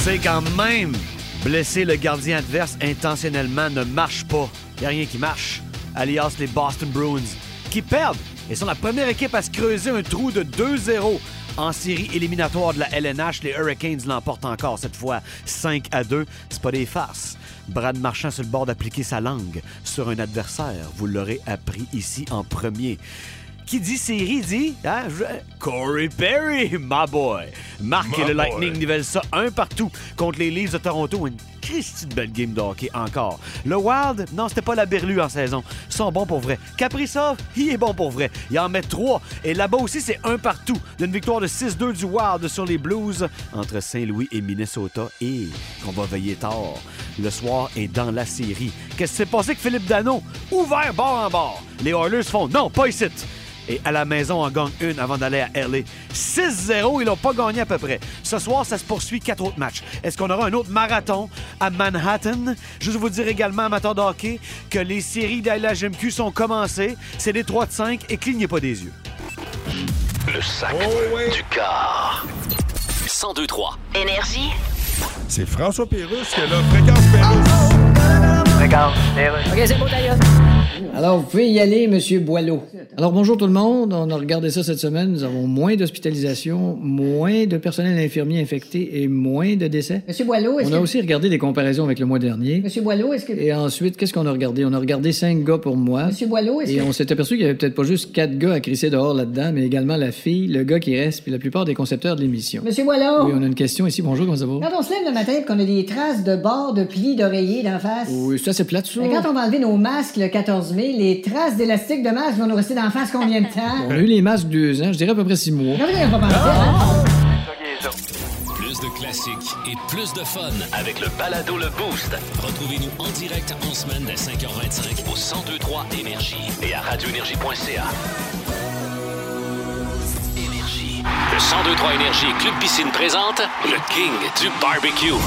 [SPEAKER 13] C'est quand même blesser le gardien adverse intentionnellement ne marche pas. Il a rien qui marche, alias les Boston Bruins, qui perdent et sont la première équipe à se creuser un trou de 2-0. En série éliminatoire de la LNH, les Hurricanes l'emportent encore cette fois 5 à 2. C'est pas des farces. Brad Marchand sur le bord d'appliquer sa langue sur un adversaire. Vous l'aurez appris ici en premier. Qui dit série dit hein, je- Corey Perry, my boy. Marc
[SPEAKER 3] My
[SPEAKER 13] et
[SPEAKER 3] boy.
[SPEAKER 13] le Lightning nivellent ça un partout contre les Leafs de Toronto. Une Christie de belle game de hockey encore. Le Wild, non, c'était pas la berlue en saison. Ils sont bons pour vrai. Kaprizov, il est bon pour vrai. Il en met trois. Et là-bas aussi, c'est un partout. D'une victoire de 6-2 du Wild sur les Blues entre Saint-Louis et Minnesota. Et qu'on va veiller tard. Le soir est dans la série. Qu'est-ce qui s'est passé avec Philippe Dano? Ouvert bord en bord. Les Oilers font non, pas ici. Et à la maison, on gagne une avant d'aller à LA. 6-0, ils l'ont pas gagné à peu près. Ce soir, ça se poursuit quatre autres matchs. Est-ce qu'on aura un autre marathon à Manhattan? Juste vous dire également, amateurs de hockey, que les séries de la LHMQ sont commencées. C'est des 3 de 5 et clignez pas des yeux.
[SPEAKER 4] Le sac du car. Oh. 102-3.
[SPEAKER 12] Énergie.
[SPEAKER 3] C'est François Pérusse qui est là. Fréquence Pérusse. Fréquence Pérusse.
[SPEAKER 1] OK, c'est beau, d'ailleurs.
[SPEAKER 2] Alors, vous pouvez y aller, Monsieur Boileau. Alors, bonjour tout le monde. On a regardé ça cette semaine. Nous avons moins d'hospitalisations, moins de personnel infirmier infecté et moins de décès.
[SPEAKER 1] Monsieur Boileau, est-ce
[SPEAKER 2] On
[SPEAKER 1] que...
[SPEAKER 2] a aussi regardé des comparaisons avec le mois dernier.
[SPEAKER 1] Monsieur Boileau, est-ce que...
[SPEAKER 2] Et ensuite, qu'est-ce qu'on a regardé? On a regardé cinq gars pour moi.
[SPEAKER 1] Monsieur Boileau, est-ce
[SPEAKER 2] Et
[SPEAKER 1] que...
[SPEAKER 2] on s'est aperçu qu'il y avait peut-être pas juste quatre gars à crisser dehors là-dedans, mais également la fille, le gars qui reste, puis la plupart des concepteurs de l'émission.
[SPEAKER 1] Monsieur Boileau!
[SPEAKER 2] Oui, on a une question ici. Bonjour, comment ça va?
[SPEAKER 1] Quand on se lève le matin et qu'on a des traces de bords, de plis, d'oreillers d'en face...
[SPEAKER 2] Oui, ça, c'est plate, ça.
[SPEAKER 1] Mais quand on va enlever nos masques le 14 mai, les traces d'élastique de masque vont nous rester d'en face combien de temps?
[SPEAKER 2] On a eu les masques deux ans, je dirais à peu près six mois.
[SPEAKER 1] Non, vous n'avez pas pensé, hein?
[SPEAKER 4] Plus de classiques et plus de fun avec le balado Le Boost. Retrouvez-nous en direct en semaine dès 5h25 au 1023 Énergie et à radioénergie.ca. Énergie. Le 1023 Énergie et Club Piscine présente le King du barbecue.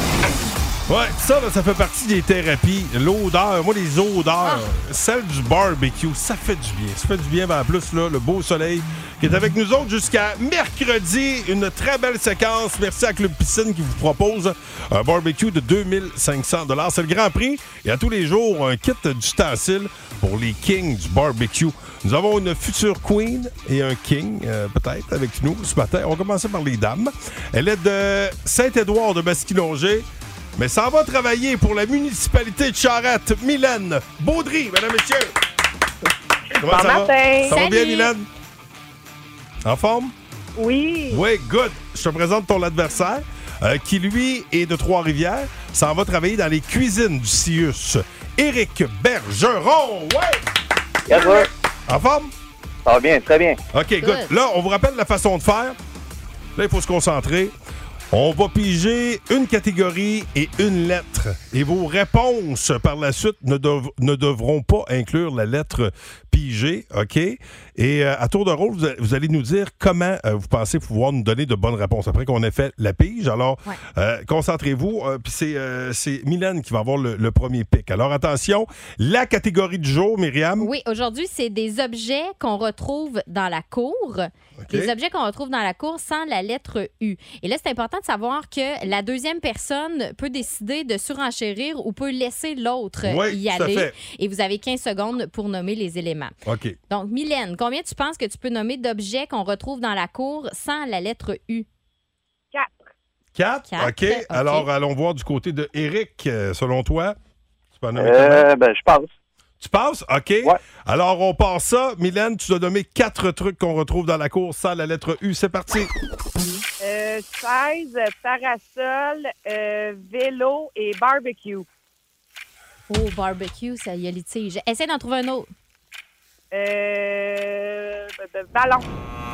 [SPEAKER 3] Ouais, ça, là, ça fait partie des thérapies. L'odeur, moi, les odeurs, celle du barbecue, ça fait du bien. Ça fait du bien, ben, en plus, là, le beau soleil qui est avec nous autres jusqu'à mercredi. Une très belle séquence. Merci à Club Piscine qui vous propose un barbecue de 2500 C'est le grand prix. Et à tous les jours, un kit d'ustensiles pour les kings du barbecue. Nous avons une future queen et un king, euh, peut-être, avec nous ce matin. On va commencer par les dames. Elle est de Saint-Édouard de Basquilonger. Mais ça va travailler pour la municipalité de Charette, Mylène Baudry, mesdames et messieurs. Comment
[SPEAKER 11] Bon
[SPEAKER 3] ça
[SPEAKER 11] matin.
[SPEAKER 3] va? Ça va bien,
[SPEAKER 11] Salut.
[SPEAKER 3] Mylène? En forme?
[SPEAKER 11] Oui.
[SPEAKER 3] Oui, good. Je te présente ton adversaire, euh, qui lui est de Trois-Rivières. Ça va travailler dans les cuisines du CIUS. Éric Bergeron, ouais! En forme?
[SPEAKER 9] Ça va bien, très bien.
[SPEAKER 3] OK, good.
[SPEAKER 9] Good.
[SPEAKER 3] Là, on vous rappelle la façon de faire. Là, il faut se concentrer. On va piger une catégorie et une lettre. Et vos réponses par la suite ne, dev- ne devront pas inclure la lettre pigée, OK? Et euh, à tour de rôle, vous, a- vous allez nous dire comment euh, vous pensez pouvoir nous donner de bonnes réponses après qu'on ait fait la pige. Alors, euh, concentrez-vous. euh, Puis c'est, euh, c'est Mylène qui va avoir le, le premier pic. Alors, attention, la catégorie du jour, Myriam.
[SPEAKER 6] Oui, aujourd'hui, c'est des objets qu'on retrouve dans la cour. Des objets qu'on retrouve dans la cour sans la lettre U. Et là, c'est important de savoir que la deuxième personne peut décider de surenchérir ou peut laisser l'autre
[SPEAKER 3] Oui,
[SPEAKER 6] y
[SPEAKER 3] tout à
[SPEAKER 6] aller.
[SPEAKER 3] fait.
[SPEAKER 6] Et vous avez 15 secondes pour nommer les éléments.
[SPEAKER 3] OK.
[SPEAKER 6] Donc, Mylène, combien tu penses que tu peux nommer d'objets qu'on retrouve dans la cour sans la lettre U?
[SPEAKER 3] Quatre.
[SPEAKER 6] Quatre,
[SPEAKER 3] OK.
[SPEAKER 6] OK.
[SPEAKER 3] Alors, allons voir du côté de Eric, euh, selon toi. Tu peux en nommer
[SPEAKER 9] Euh,
[SPEAKER 3] combien?
[SPEAKER 9] ben, je passe.
[SPEAKER 3] Tu passes? OK. Alors, on part ça. Mylène, tu dois nommer quatre trucs qu'on retrouve dans la course sans la lettre U. C'est parti.
[SPEAKER 11] Euh, 16, parasol, euh, vélo et barbecue.
[SPEAKER 6] Oh, barbecue, ça y a litige. Essaie d'en trouver un autre.
[SPEAKER 11] Euh, b- b- ballon.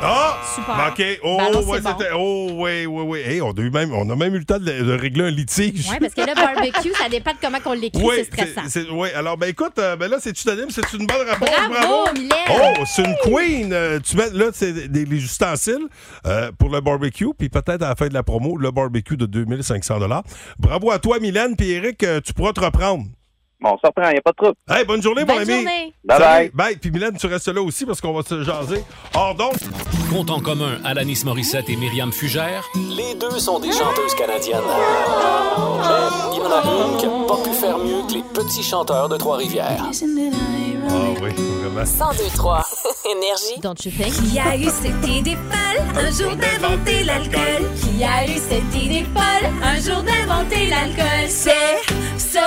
[SPEAKER 3] Ah!
[SPEAKER 11] Super.
[SPEAKER 3] OK. Oh,
[SPEAKER 11] Ballon,
[SPEAKER 3] ouais,
[SPEAKER 11] c'est bon.
[SPEAKER 3] c'était- oh, oui, oui, oui. Hey, on, a eu même, on a même eu le temps de, de régler un litige.
[SPEAKER 6] Oui, parce que là, barbecue, ça dépend de comment on l'écrit,
[SPEAKER 3] Oui,
[SPEAKER 6] c'est stressant.
[SPEAKER 3] c'est- c'est- oui. alors, ben écoute, euh, ben là, c'est unanime, c'est une bonne réponse.
[SPEAKER 6] Bravo,
[SPEAKER 3] Bravo,
[SPEAKER 6] Mylène.
[SPEAKER 3] Oh, c'est une queen. Euh, tu mets là, c'est des, des ustensiles euh, pour le barbecue, puis peut-être à la fin de la promo, le barbecue de 2500 Bravo à toi, Mylène, puis Eric, euh, tu pourras te reprendre.
[SPEAKER 9] Bon, on se reprend, il n'y a pas de trouble.
[SPEAKER 3] Hey, bonne journée, mon
[SPEAKER 9] Bonne
[SPEAKER 3] ami.
[SPEAKER 9] journée.
[SPEAKER 3] Salut.
[SPEAKER 9] Bye-bye.
[SPEAKER 3] Bye. Puis Mylène, tu restes là aussi parce qu'on va se jaser. Hors donc.
[SPEAKER 7] Compte en commun Alanis Morissette et Myriam Fugère.
[SPEAKER 4] Les deux sont des chanteuses canadiennes. Mais il y en a une qui n'a pas pu faire mieux que les petits chanteurs de Trois-Rivières.
[SPEAKER 3] Ah oui, vraiment.
[SPEAKER 12] 102-3. Énergie.
[SPEAKER 6] Don't you think?
[SPEAKER 14] Qui a eu cette idée folle un jour d'inventer l'alcool? Qui a eu cette idée folle un jour d'inventer l'alcool? C'est ce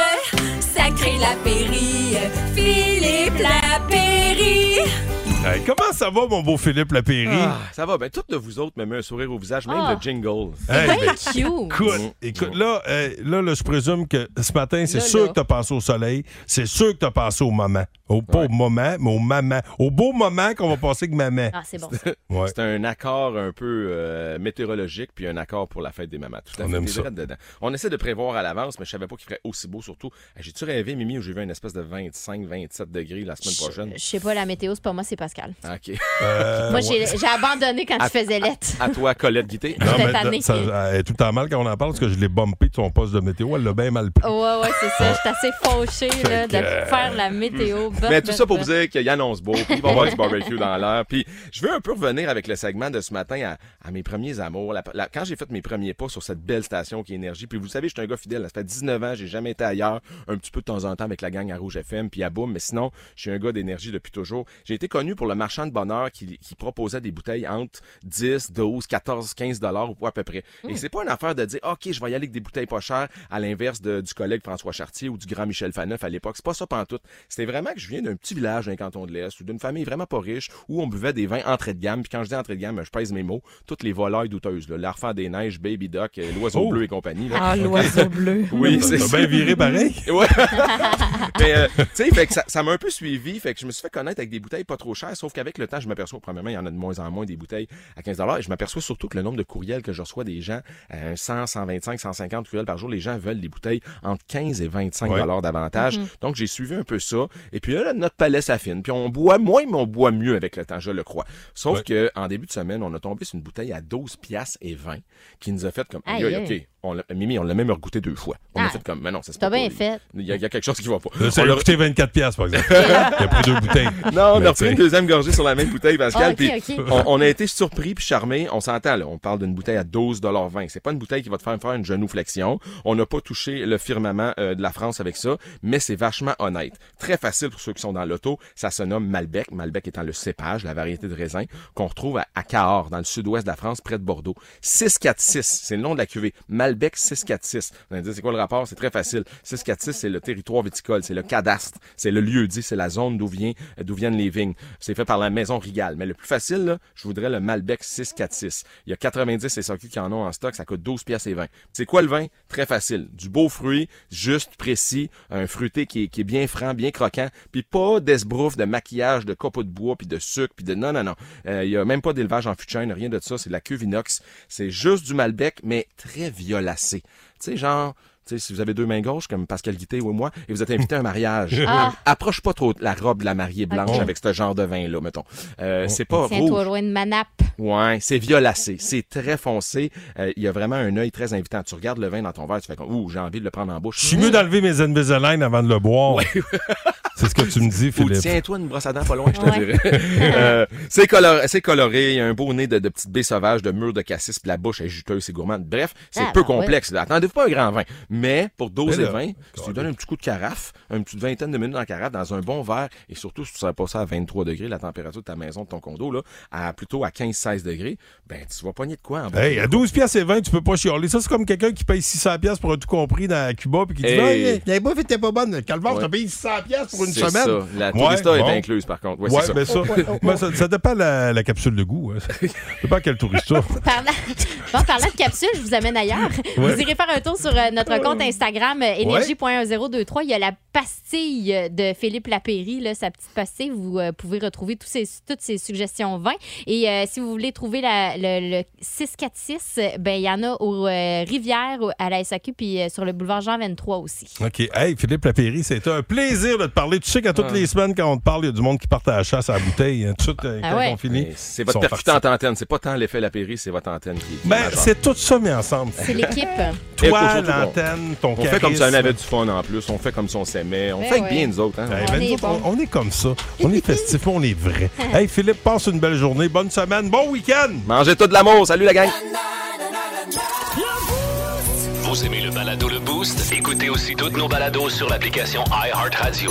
[SPEAKER 14] sacré Lapéry, Philippe Lapéry.
[SPEAKER 3] Hey, comment ça va, mon beau Philippe Lapéry?
[SPEAKER 15] Ah, ça va, ben toutes de vous autres me met un sourire au visage, même
[SPEAKER 6] Ah.
[SPEAKER 15] le jingle.
[SPEAKER 3] Hey, ben,
[SPEAKER 15] Mm.
[SPEAKER 3] Écoute, écoute là, euh, là, là, je présume que ce matin, c'est
[SPEAKER 15] Là,
[SPEAKER 3] sûr
[SPEAKER 15] là.
[SPEAKER 3] que tu as pensé au soleil, c'est sûr que tu as pensé au moment. Au, pas au moment, mais au maman. Au beau moment qu'on va passer avec maman.
[SPEAKER 6] Ah, c'est bon.
[SPEAKER 15] C'est un accord un peu euh, météorologique, puis un accord pour la fête des mamans. Tout à
[SPEAKER 3] On
[SPEAKER 15] fait,
[SPEAKER 3] aime
[SPEAKER 15] t'es
[SPEAKER 3] ça.
[SPEAKER 15] direct dedans. On essaie de prévoir à l'avance, mais je savais pas qu'il ferait aussi beau, surtout. Hey, J'ai-tu rêvé, Mimi, où j'ai vu une espèce de 25-27 degrés la semaine prochaine?
[SPEAKER 6] Je sais pas, la météo, c'est pas moi, c'est Pascal.
[SPEAKER 15] Ah, OK.
[SPEAKER 6] moi, j'ai j'ai abandonné quand
[SPEAKER 15] À-
[SPEAKER 6] tu faisais lettre.
[SPEAKER 15] À toi, Colette Guité.
[SPEAKER 3] Non,
[SPEAKER 6] J'étais
[SPEAKER 3] mais là,
[SPEAKER 6] tannée.
[SPEAKER 3] ça, elle est tout le temps mal quand on en parle parce que je l'ai bumpé de
[SPEAKER 15] Oh.
[SPEAKER 3] son poste de météo. Elle l'a bien mal pris.
[SPEAKER 6] Ouais, ouais, c'est ça. J'étais assez fauchée là, de
[SPEAKER 3] Fait que, euh,
[SPEAKER 6] faire la météo.
[SPEAKER 15] Mais tout ça pour vous dire qu'il annonce beau, puis il va y avoir du barbecue dans l'air. Puis je veux un peu revenir avec le segment de ce matin à, à mes premiers amours. La- la- quand j'ai fait mes premiers pas sur cette belle station qui est Énergie, puis vous le savez, je suis un gars fidèle. Ça fait 19 ans, j'ai jamais été ailleurs. Un petit peu de temps en temps avec la gang à Rouge FM, puis à Boom. Mais sinon, je suis un gars d'énergie depuis toujours. J'ai été connu pour le marchand de bonheur qui, qui proposait des bouteilles entre 10, 12, 14, 15 dollars ou à peu près.
[SPEAKER 16] Mm.
[SPEAKER 15] Et c'est pas une affaire de dire, OK, je vais y aller avec des bouteilles pas chères, à l'inverse de- du collègue François Chartier ou du grand Michel Faneuf à l'époque. C'est pas ça pantoute. C'était vraiment que je viens d'un petit village d'un canton de l'Est ou d'une famille vraiment pas riche où on buvait des vins entrée de gamme. Puis quand je dis entrée de gamme, je pèse mes mots. Toutes les volailles douteuses, là. l'arfan des neiges, Baby Duck, euh, l'oiseau
[SPEAKER 3] Oh.
[SPEAKER 15] bleu et compagnie. là.
[SPEAKER 3] Ah, l'oiseau bleu.
[SPEAKER 15] oui,
[SPEAKER 3] T'as
[SPEAKER 15] c'est
[SPEAKER 3] Oh. bien viré pareil.
[SPEAKER 15] Ouais. Mais, euh, tu sais, fait que ça ça m'a un peu suivi. Fait que je me suis fait connaître avec des bouteilles pas trop chères. Sauf qu'avec le temps, je m'aperçois, premièrement, il y en a de moins en moins des bouteilles à 15 Et je m'aperçois surtout que le nombre de courriels que je reçois des gens, euh, 100, 125, 150 courriels par jour, les gens veulent des bouteilles entre 15 et 25
[SPEAKER 3] Ouais.
[SPEAKER 15] dollars davantage.
[SPEAKER 3] Mhm.
[SPEAKER 15] Donc, j'ai suivi un peu ça. Et puis là, notre palais s'affine. Puis on boit moins, mais on boit mieux avec le temps, je le crois. Sauf que en début de semaine, on a tombé sur une bouteille à 12 piastres et 20 qui nous a fait comme,
[SPEAKER 6] Aïe,
[SPEAKER 15] aïe, aïe,
[SPEAKER 6] aïe.
[SPEAKER 15] OK, on l'a- Mimi, on l'a même regouté deux fois. On a
[SPEAKER 6] Ah.
[SPEAKER 15] fait comme, mais non, ça se
[SPEAKER 6] T'as
[SPEAKER 15] peut
[SPEAKER 6] bien
[SPEAKER 15] pas.
[SPEAKER 6] fait.
[SPEAKER 15] Il y, a, il y a quelque chose qui va pas.
[SPEAKER 3] Ça
[SPEAKER 15] On
[SPEAKER 3] lui a
[SPEAKER 15] l'a-
[SPEAKER 3] coûté 24 pièces par exemple. Il a pris deux bouteilles.
[SPEAKER 15] non, on
[SPEAKER 3] Mais
[SPEAKER 15] a repris
[SPEAKER 3] tu
[SPEAKER 15] une
[SPEAKER 3] sais.
[SPEAKER 15] deuxième gorgée sur la même bouteille, Pascal.
[SPEAKER 3] Ah, ok,
[SPEAKER 15] puis
[SPEAKER 3] ok.
[SPEAKER 15] On, on a été surpris puis charmé. On s'entend, là. On parle d'une bouteille à 12,20 C'est pas une bouteille qui va te faire faire une genouflexion. On n'a pas touché le firmament euh, de la France avec ça, mais c'est vachement honnête. Très facile pour ceux qui sont dans l'auto. Ça se nomme Malbec. Malbec étant le cépage, la variété de raisin qu'on retrouve à, à Cahors, dans le sud-ouest de la France, près de Bordeaux. 646, c'est le nom de la cuvée. Malbec 646. Vous allez me dire, c'est quoi le rapport? C'est très facile. 646, c'est le territoire viticole, c'est le cadastre, c'est le lieu dit, c'est la zone d'où vient, d'où viennent les vignes. C'est fait par la maison Rigal. Mais le plus facile, là, je voudrais le Malbec 646. Il y a 90 SAQ qui en ont en stock, ça coûte 12 pièces et 20. C'est quoi le vin? Très facile. Du beau fruit, juste, précis, un fruité qui est, qui est bien franc, bien croquant, puis pas d'esbrouf, de maquillage, de copeaux de bois, puis de sucre, puis de... Non, non, non. Euh, Il y a même pas d'élevage en fuchaine, rien de ça. C'est de la cuve inox. C'est juste du Malbec, mais très violacé. Tu sais, genre... Tu sais, si vous avez deux mains gauches, comme Pascal Guité ou moi, et vous êtes invité à un mariage,
[SPEAKER 6] Ah.
[SPEAKER 15] approche pas trop la robe de la mariée blanche
[SPEAKER 6] Ok. Oh.
[SPEAKER 15] avec ce genre de vin-là, mettons. Euh, C'est pas
[SPEAKER 6] Tiens-toi
[SPEAKER 15] rouge.
[SPEAKER 6] loin de ma nappe.
[SPEAKER 15] Ouais, c'est violacé, c'est très foncé. Euh, Il y a vraiment un œil très invitant. Tu regardes le vin dans ton verre, tu fais comme ouh, j'ai envie de le prendre en bouche.
[SPEAKER 3] Je suis mieux d'enlever mes Invisalign avant de le boire. C'est ce que tu me dis,
[SPEAKER 15] Ou
[SPEAKER 3] Philippe.
[SPEAKER 15] tiens-toi une brosse à dents pas loin, je te
[SPEAKER 3] Ouais.
[SPEAKER 15] dirais. Euh, c'est coloré, c'est coloré, il y a un beau nez de, de petites baies sauvages, de mûres de cassis, puis la bouche est juteuse, c'est gourmand. Bref, c'est
[SPEAKER 3] Ah,
[SPEAKER 15] peu
[SPEAKER 3] ben ouais.
[SPEAKER 15] complexe. là. Attendez-vous pas un grand vin. Mais pour 12
[SPEAKER 3] Mais
[SPEAKER 15] et
[SPEAKER 3] là,
[SPEAKER 15] 20, si tu donnes un petit coup de carafe, une petite vingtaine de minutes en carafe, dans un bon verre, et surtout si tu ne pas ça à 23 degrés, la température de ta maison, de ton condo, là, à plutôt à 15-16 degrés, ben tu vas pogner de quoi en bas.
[SPEAKER 3] Hey, à 12 pièces et 20, tu peux pas chialer. Ça, c'est comme quelqu'un qui paye 600 pièces pour un tout compris dans Cuba puis qui dit Ah,
[SPEAKER 15] Hey.
[SPEAKER 3] hey, la bouffe était pas bonne, calvaire,
[SPEAKER 15] Ouais.
[SPEAKER 3] t'as payé 600 pièces pour une
[SPEAKER 15] C'est
[SPEAKER 3] semaine.
[SPEAKER 15] ça. La tourista est incluse, par contre. Ouais,
[SPEAKER 3] Ouais,
[SPEAKER 15] c'est ça.
[SPEAKER 3] mais ça, mais ça, ça dépend la, la capsule de goût. hein. Ça dépend quel tourista.
[SPEAKER 6] Parlant, bon, parlant de capsule, je vous amène ailleurs.
[SPEAKER 3] Ouais.
[SPEAKER 6] Vous irez faire un tour sur euh, notre compte Instagram euh, énergie.1023. Il y a la pastille de Philippe Lapéry, là, sa petite pastille. Vous euh, pouvez retrouver tous ses- toutes ses suggestions vins. Et euh, si vous voulez trouver la- le, le 646, euh, ben, il y en a aux euh, Rivières, au- à la SAQ, puis euh, sur le boulevard Jean 23 aussi.
[SPEAKER 3] OK. Hey, Philippe Lapéry, c'était un plaisir de te parler. Tu sais qu'à toutes
[SPEAKER 15] Ah.
[SPEAKER 3] les semaines, quand on te parle, il y a du monde qui part à la chasse à la bouteille. hein. Tout de suite, euh,
[SPEAKER 6] Ah
[SPEAKER 3] quand
[SPEAKER 6] ouais.
[SPEAKER 3] on finit.
[SPEAKER 15] Et C'est
[SPEAKER 3] ils
[SPEAKER 15] votre
[SPEAKER 3] sont
[SPEAKER 15] percutante antenne. C'est pas tant l'effet Lapéry, c'est votre antenne qui est.
[SPEAKER 3] Ben, c'est tout ça mis ensemble.
[SPEAKER 6] C'est l'équipe.
[SPEAKER 15] Et
[SPEAKER 3] Toi,
[SPEAKER 15] surtout, on-
[SPEAKER 3] l'antenne, ton
[SPEAKER 15] On fait comme si on
[SPEAKER 3] charisme.
[SPEAKER 15] avait du fun en plus. On fait comme si on s'aimait. On
[SPEAKER 6] Ben
[SPEAKER 15] fait
[SPEAKER 6] ouais.
[SPEAKER 15] bien, nous autres. hein.
[SPEAKER 3] Hey, ben, nous autres, on, on est comme ça. On est festif, on est vrai. Hey, Philippe, passe une belle journée, bonne semaine, bon week-end.
[SPEAKER 15] Mangez tout de l'amour. Salut la gang.
[SPEAKER 4] Vous aimez le balado Le Boost? Écoutez aussi toutes nos balados sur l'application iHeartRadio.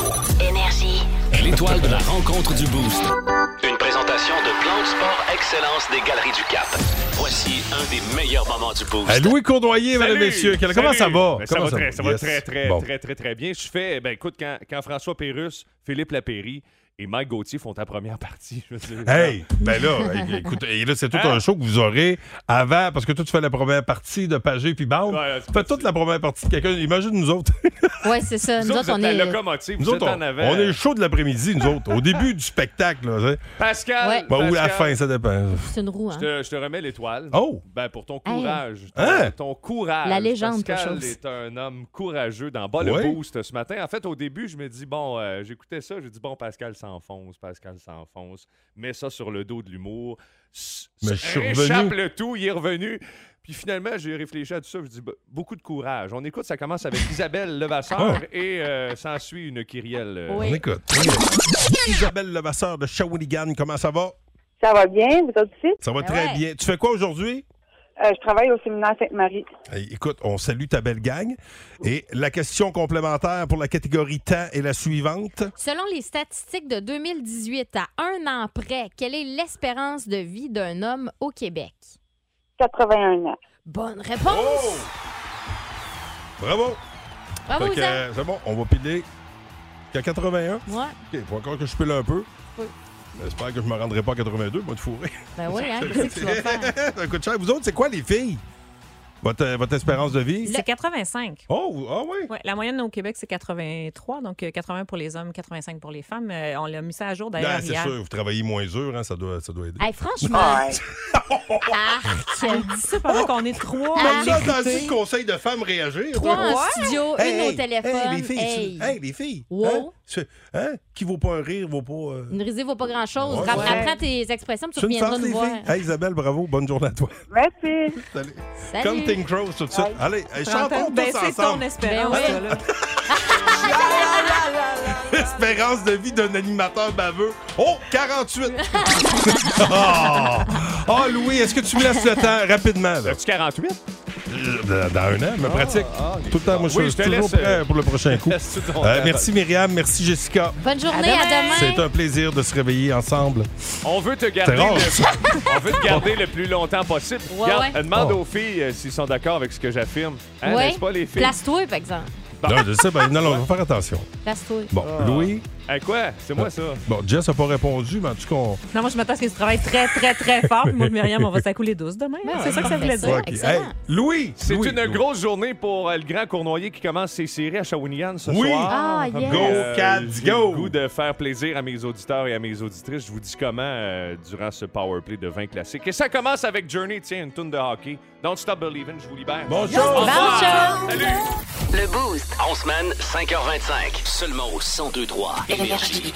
[SPEAKER 12] Énergie.
[SPEAKER 4] L'étoile de la rencontre du Boost. Une présentation de Plan de Sport Excellence des Galeries du Cap. Voici un des meilleurs moments du Boost.
[SPEAKER 3] Hey, Louis Cournoyer, mesdames et
[SPEAKER 16] Salut!
[SPEAKER 3] messieurs, quel-
[SPEAKER 16] Salut!
[SPEAKER 3] comment ça va?
[SPEAKER 16] Ben,
[SPEAKER 3] Comment
[SPEAKER 16] ça, va très, ça va
[SPEAKER 3] Yes.
[SPEAKER 16] très, très,
[SPEAKER 3] Bon.
[SPEAKER 16] très, très, très bien. Je fais, ben écoute, quand, quand François Pérus, Philippe Lapéry et Mike Gauthier font ta première partie, je veux dire-
[SPEAKER 3] Hey, ben là, hey, écoute, et là, c'est tout
[SPEAKER 16] Hein?
[SPEAKER 3] un show que vous aurez avant, parce que toi, tu fais la première partie de Pagé puis Bande. tu fais toute la première partie de quelqu'un. Imagine nous autres.
[SPEAKER 6] Oui, c'est ça. Euh, Nous
[SPEAKER 16] Vous
[SPEAKER 6] autres,
[SPEAKER 16] autres,
[SPEAKER 6] on
[SPEAKER 16] vous êtes
[SPEAKER 6] est.
[SPEAKER 16] la locomotive,
[SPEAKER 3] nous
[SPEAKER 16] vous
[SPEAKER 3] autres,
[SPEAKER 16] êtes
[SPEAKER 3] on,
[SPEAKER 16] en avant.
[SPEAKER 3] on est chaud de l'après-midi, nous autres, au début du spectacle. là, tu sais.
[SPEAKER 16] Pascal!
[SPEAKER 6] Ouais.
[SPEAKER 3] Bon, ou la
[SPEAKER 16] Pascal,
[SPEAKER 3] fin, ça dépend.
[SPEAKER 6] C'est une roue, hein?
[SPEAKER 16] Je te, je te remets l'étoile.
[SPEAKER 3] Oh!
[SPEAKER 16] Ben, pour ton courage. Ton,
[SPEAKER 3] Hein?
[SPEAKER 16] ton courage.
[SPEAKER 6] La légende, pas
[SPEAKER 16] Pascal
[SPEAKER 6] chose.
[SPEAKER 16] est un homme courageux dans Bas le
[SPEAKER 3] Ouais.
[SPEAKER 16] Boost ce matin. En fait, au début, je me dis, bon, euh, j'écoutais ça, j'ai dit, bon, Pascal s'en s'enfonce, Pascal s'enfonce, met ça sur le dos de l'humour, s-
[SPEAKER 3] Mais
[SPEAKER 16] s-
[SPEAKER 3] je suis
[SPEAKER 16] réchappe
[SPEAKER 3] revenu.
[SPEAKER 16] le tout, il est revenu. Puis finalement, j'ai réfléchi à tout ça, je dis, bah, beaucoup de courage. On écoute, ça commence avec Isabelle Levasseur
[SPEAKER 3] Ah.
[SPEAKER 16] et euh, s'ensuit une kyrielle. euh,
[SPEAKER 3] On écoute. Isabelle Levasseur de Shawinigan, comment ça va?
[SPEAKER 11] Ça va bien, vous autres aussi?
[SPEAKER 6] Ben
[SPEAKER 3] Ça va très bien. Tu fais quoi aujourd'hui?
[SPEAKER 11] Euh, je travaille au séminaire Sainte-Marie.
[SPEAKER 3] Eh, Écoute, on salue ta belle gang. Et la question complémentaire pour la catégorie temps est la suivante.
[SPEAKER 6] Selon les statistiques de 2018, à un an près, quelle est l'espérance de vie d'un homme au Québec?
[SPEAKER 11] 81 ans.
[SPEAKER 6] Bonne réponse!
[SPEAKER 3] Bravo!
[SPEAKER 6] Bravo,
[SPEAKER 3] Fait que,
[SPEAKER 6] Zach.
[SPEAKER 3] euh, C'est bon, on va piler qu'à 81.
[SPEAKER 6] Ouais.
[SPEAKER 3] OK, faut encore que je pile un peu.
[SPEAKER 6] Oui.
[SPEAKER 3] J'espère que je me rendrai pas à 82, moi, de fourrer.
[SPEAKER 6] Ben oui, hein, qu'est-ce que tu vas faire?
[SPEAKER 3] Ça coûte cher. Vous autres, c'est quoi, les filles? Votre, euh, votre espérance de vie?
[SPEAKER 8] C'est 85.
[SPEAKER 3] Oh, ah oui?
[SPEAKER 8] Ouais, la moyenne au Québec, c'est 83, donc euh, 80 pour les hommes, 85 pour les femmes. Euh, on l'a mis ça à jour
[SPEAKER 3] Non,
[SPEAKER 8] d'ailleurs
[SPEAKER 3] Ben, c'est
[SPEAKER 8] hier.
[SPEAKER 3] sûr, vous travaillez moins dur, hein, ça, doit, ça doit aider.
[SPEAKER 6] Hey, franchement.
[SPEAKER 8] Elle dit ça pendant qu'on est trois.
[SPEAKER 3] Comme
[SPEAKER 6] Ah.
[SPEAKER 3] ça,
[SPEAKER 8] à
[SPEAKER 3] dans
[SPEAKER 8] l'écouter.
[SPEAKER 3] le conseil de femmes réagir.
[SPEAKER 6] Trois en
[SPEAKER 3] Ouais.
[SPEAKER 6] studio, une au téléphone,
[SPEAKER 3] Hey, les filles,
[SPEAKER 6] hey.
[SPEAKER 3] tu- hey, les filles.
[SPEAKER 6] Wow.
[SPEAKER 3] Hein, tu- hein, qui vaut pas un rire, vaut pas. euh,
[SPEAKER 6] Une risée vaut pas grand-chose.
[SPEAKER 3] Ouais,
[SPEAKER 6] Rap-
[SPEAKER 3] ouais.
[SPEAKER 6] Apprends tes expressions, puis tu
[SPEAKER 3] C'est une
[SPEAKER 6] reviendras
[SPEAKER 3] farce,
[SPEAKER 6] nous
[SPEAKER 3] les
[SPEAKER 6] voir.
[SPEAKER 3] filles. Hey, Isabelle, bravo, bonne journée à toi.
[SPEAKER 11] Merci.
[SPEAKER 3] Salut.
[SPEAKER 6] Salut.
[SPEAKER 3] Counting Crows tout de suite. Allez, hey, chantons tous
[SPEAKER 8] baisser Ben, ton
[SPEAKER 3] ensemble.
[SPEAKER 8] espérance.
[SPEAKER 6] Ben oui.
[SPEAKER 8] là, là.
[SPEAKER 3] Espérance de vie d'un animateur baveux. Oh, 48! Ah, Ah, Louis, est-ce que tu me laisses le temps rapidement? Là?
[SPEAKER 16] As-tu 48?
[SPEAKER 3] Euh, Dans un an, je me pratique.
[SPEAKER 16] ah,
[SPEAKER 3] tout le temps, moi, je
[SPEAKER 16] Oui,
[SPEAKER 3] suis
[SPEAKER 16] je te
[SPEAKER 3] toujours
[SPEAKER 16] laisse,
[SPEAKER 3] prêt
[SPEAKER 16] euh,
[SPEAKER 3] pour le prochain coup.
[SPEAKER 16] laisse tout ton
[SPEAKER 3] Euh,
[SPEAKER 16] temps.
[SPEAKER 3] merci Myriam, merci Jessica.
[SPEAKER 6] Bonne journée, à demain.
[SPEAKER 3] C'est un plaisir de se réveiller ensemble.
[SPEAKER 16] On veut te garder,
[SPEAKER 3] C'est rare,
[SPEAKER 16] le... On veut te garder le plus longtemps possible.
[SPEAKER 6] Ouais,
[SPEAKER 16] Garde-
[SPEAKER 6] ouais.
[SPEAKER 16] Demande
[SPEAKER 3] Oh.
[SPEAKER 16] aux filles euh, s'ils sont d'accord avec ce que j'affirme. Hein,
[SPEAKER 6] Ouais.
[SPEAKER 16] N'est-ce pas, les filles?
[SPEAKER 6] Place-toi, par exemple.
[SPEAKER 3] Non, je sais, ben, non, non, on va faire attention.
[SPEAKER 6] Place-toi.
[SPEAKER 3] Bon, Louis,
[SPEAKER 16] Hein, quoi? C'est moi, ça.
[SPEAKER 3] bon, Jess n'a pas répondu, mais en tout cas, on-
[SPEAKER 8] Non, moi, je m'attends à ce que tu travailles très, très, très fort. Puis moi, Myriam, on va s'accouler douce demain. c'est ça que ça voulait
[SPEAKER 6] ça.
[SPEAKER 8] dire.
[SPEAKER 3] Ok.
[SPEAKER 6] excellent.
[SPEAKER 3] Hey, Louis!
[SPEAKER 16] C'est
[SPEAKER 3] Louis,
[SPEAKER 16] une
[SPEAKER 3] Louis.
[SPEAKER 16] grosse journée pour euh, le grand Cournoyer qui commence ses séries à Shawinigan ce
[SPEAKER 3] Oui.
[SPEAKER 16] soir.
[SPEAKER 6] Ah, yes.
[SPEAKER 3] Go, Cats,
[SPEAKER 16] j'ai
[SPEAKER 3] Euh, go.
[SPEAKER 16] le goût de faire plaisir à mes auditeurs et à mes auditrices. Je vous dis comment euh, durant ce power play de 20 classiques. Et ça commence avec Journey, tiens, une tune de hockey. Don't Stop Believing, je vous libère.
[SPEAKER 3] Bonjour!
[SPEAKER 4] Le Boost. En semaine, 5h25. Seulement au 102.3 Énergie.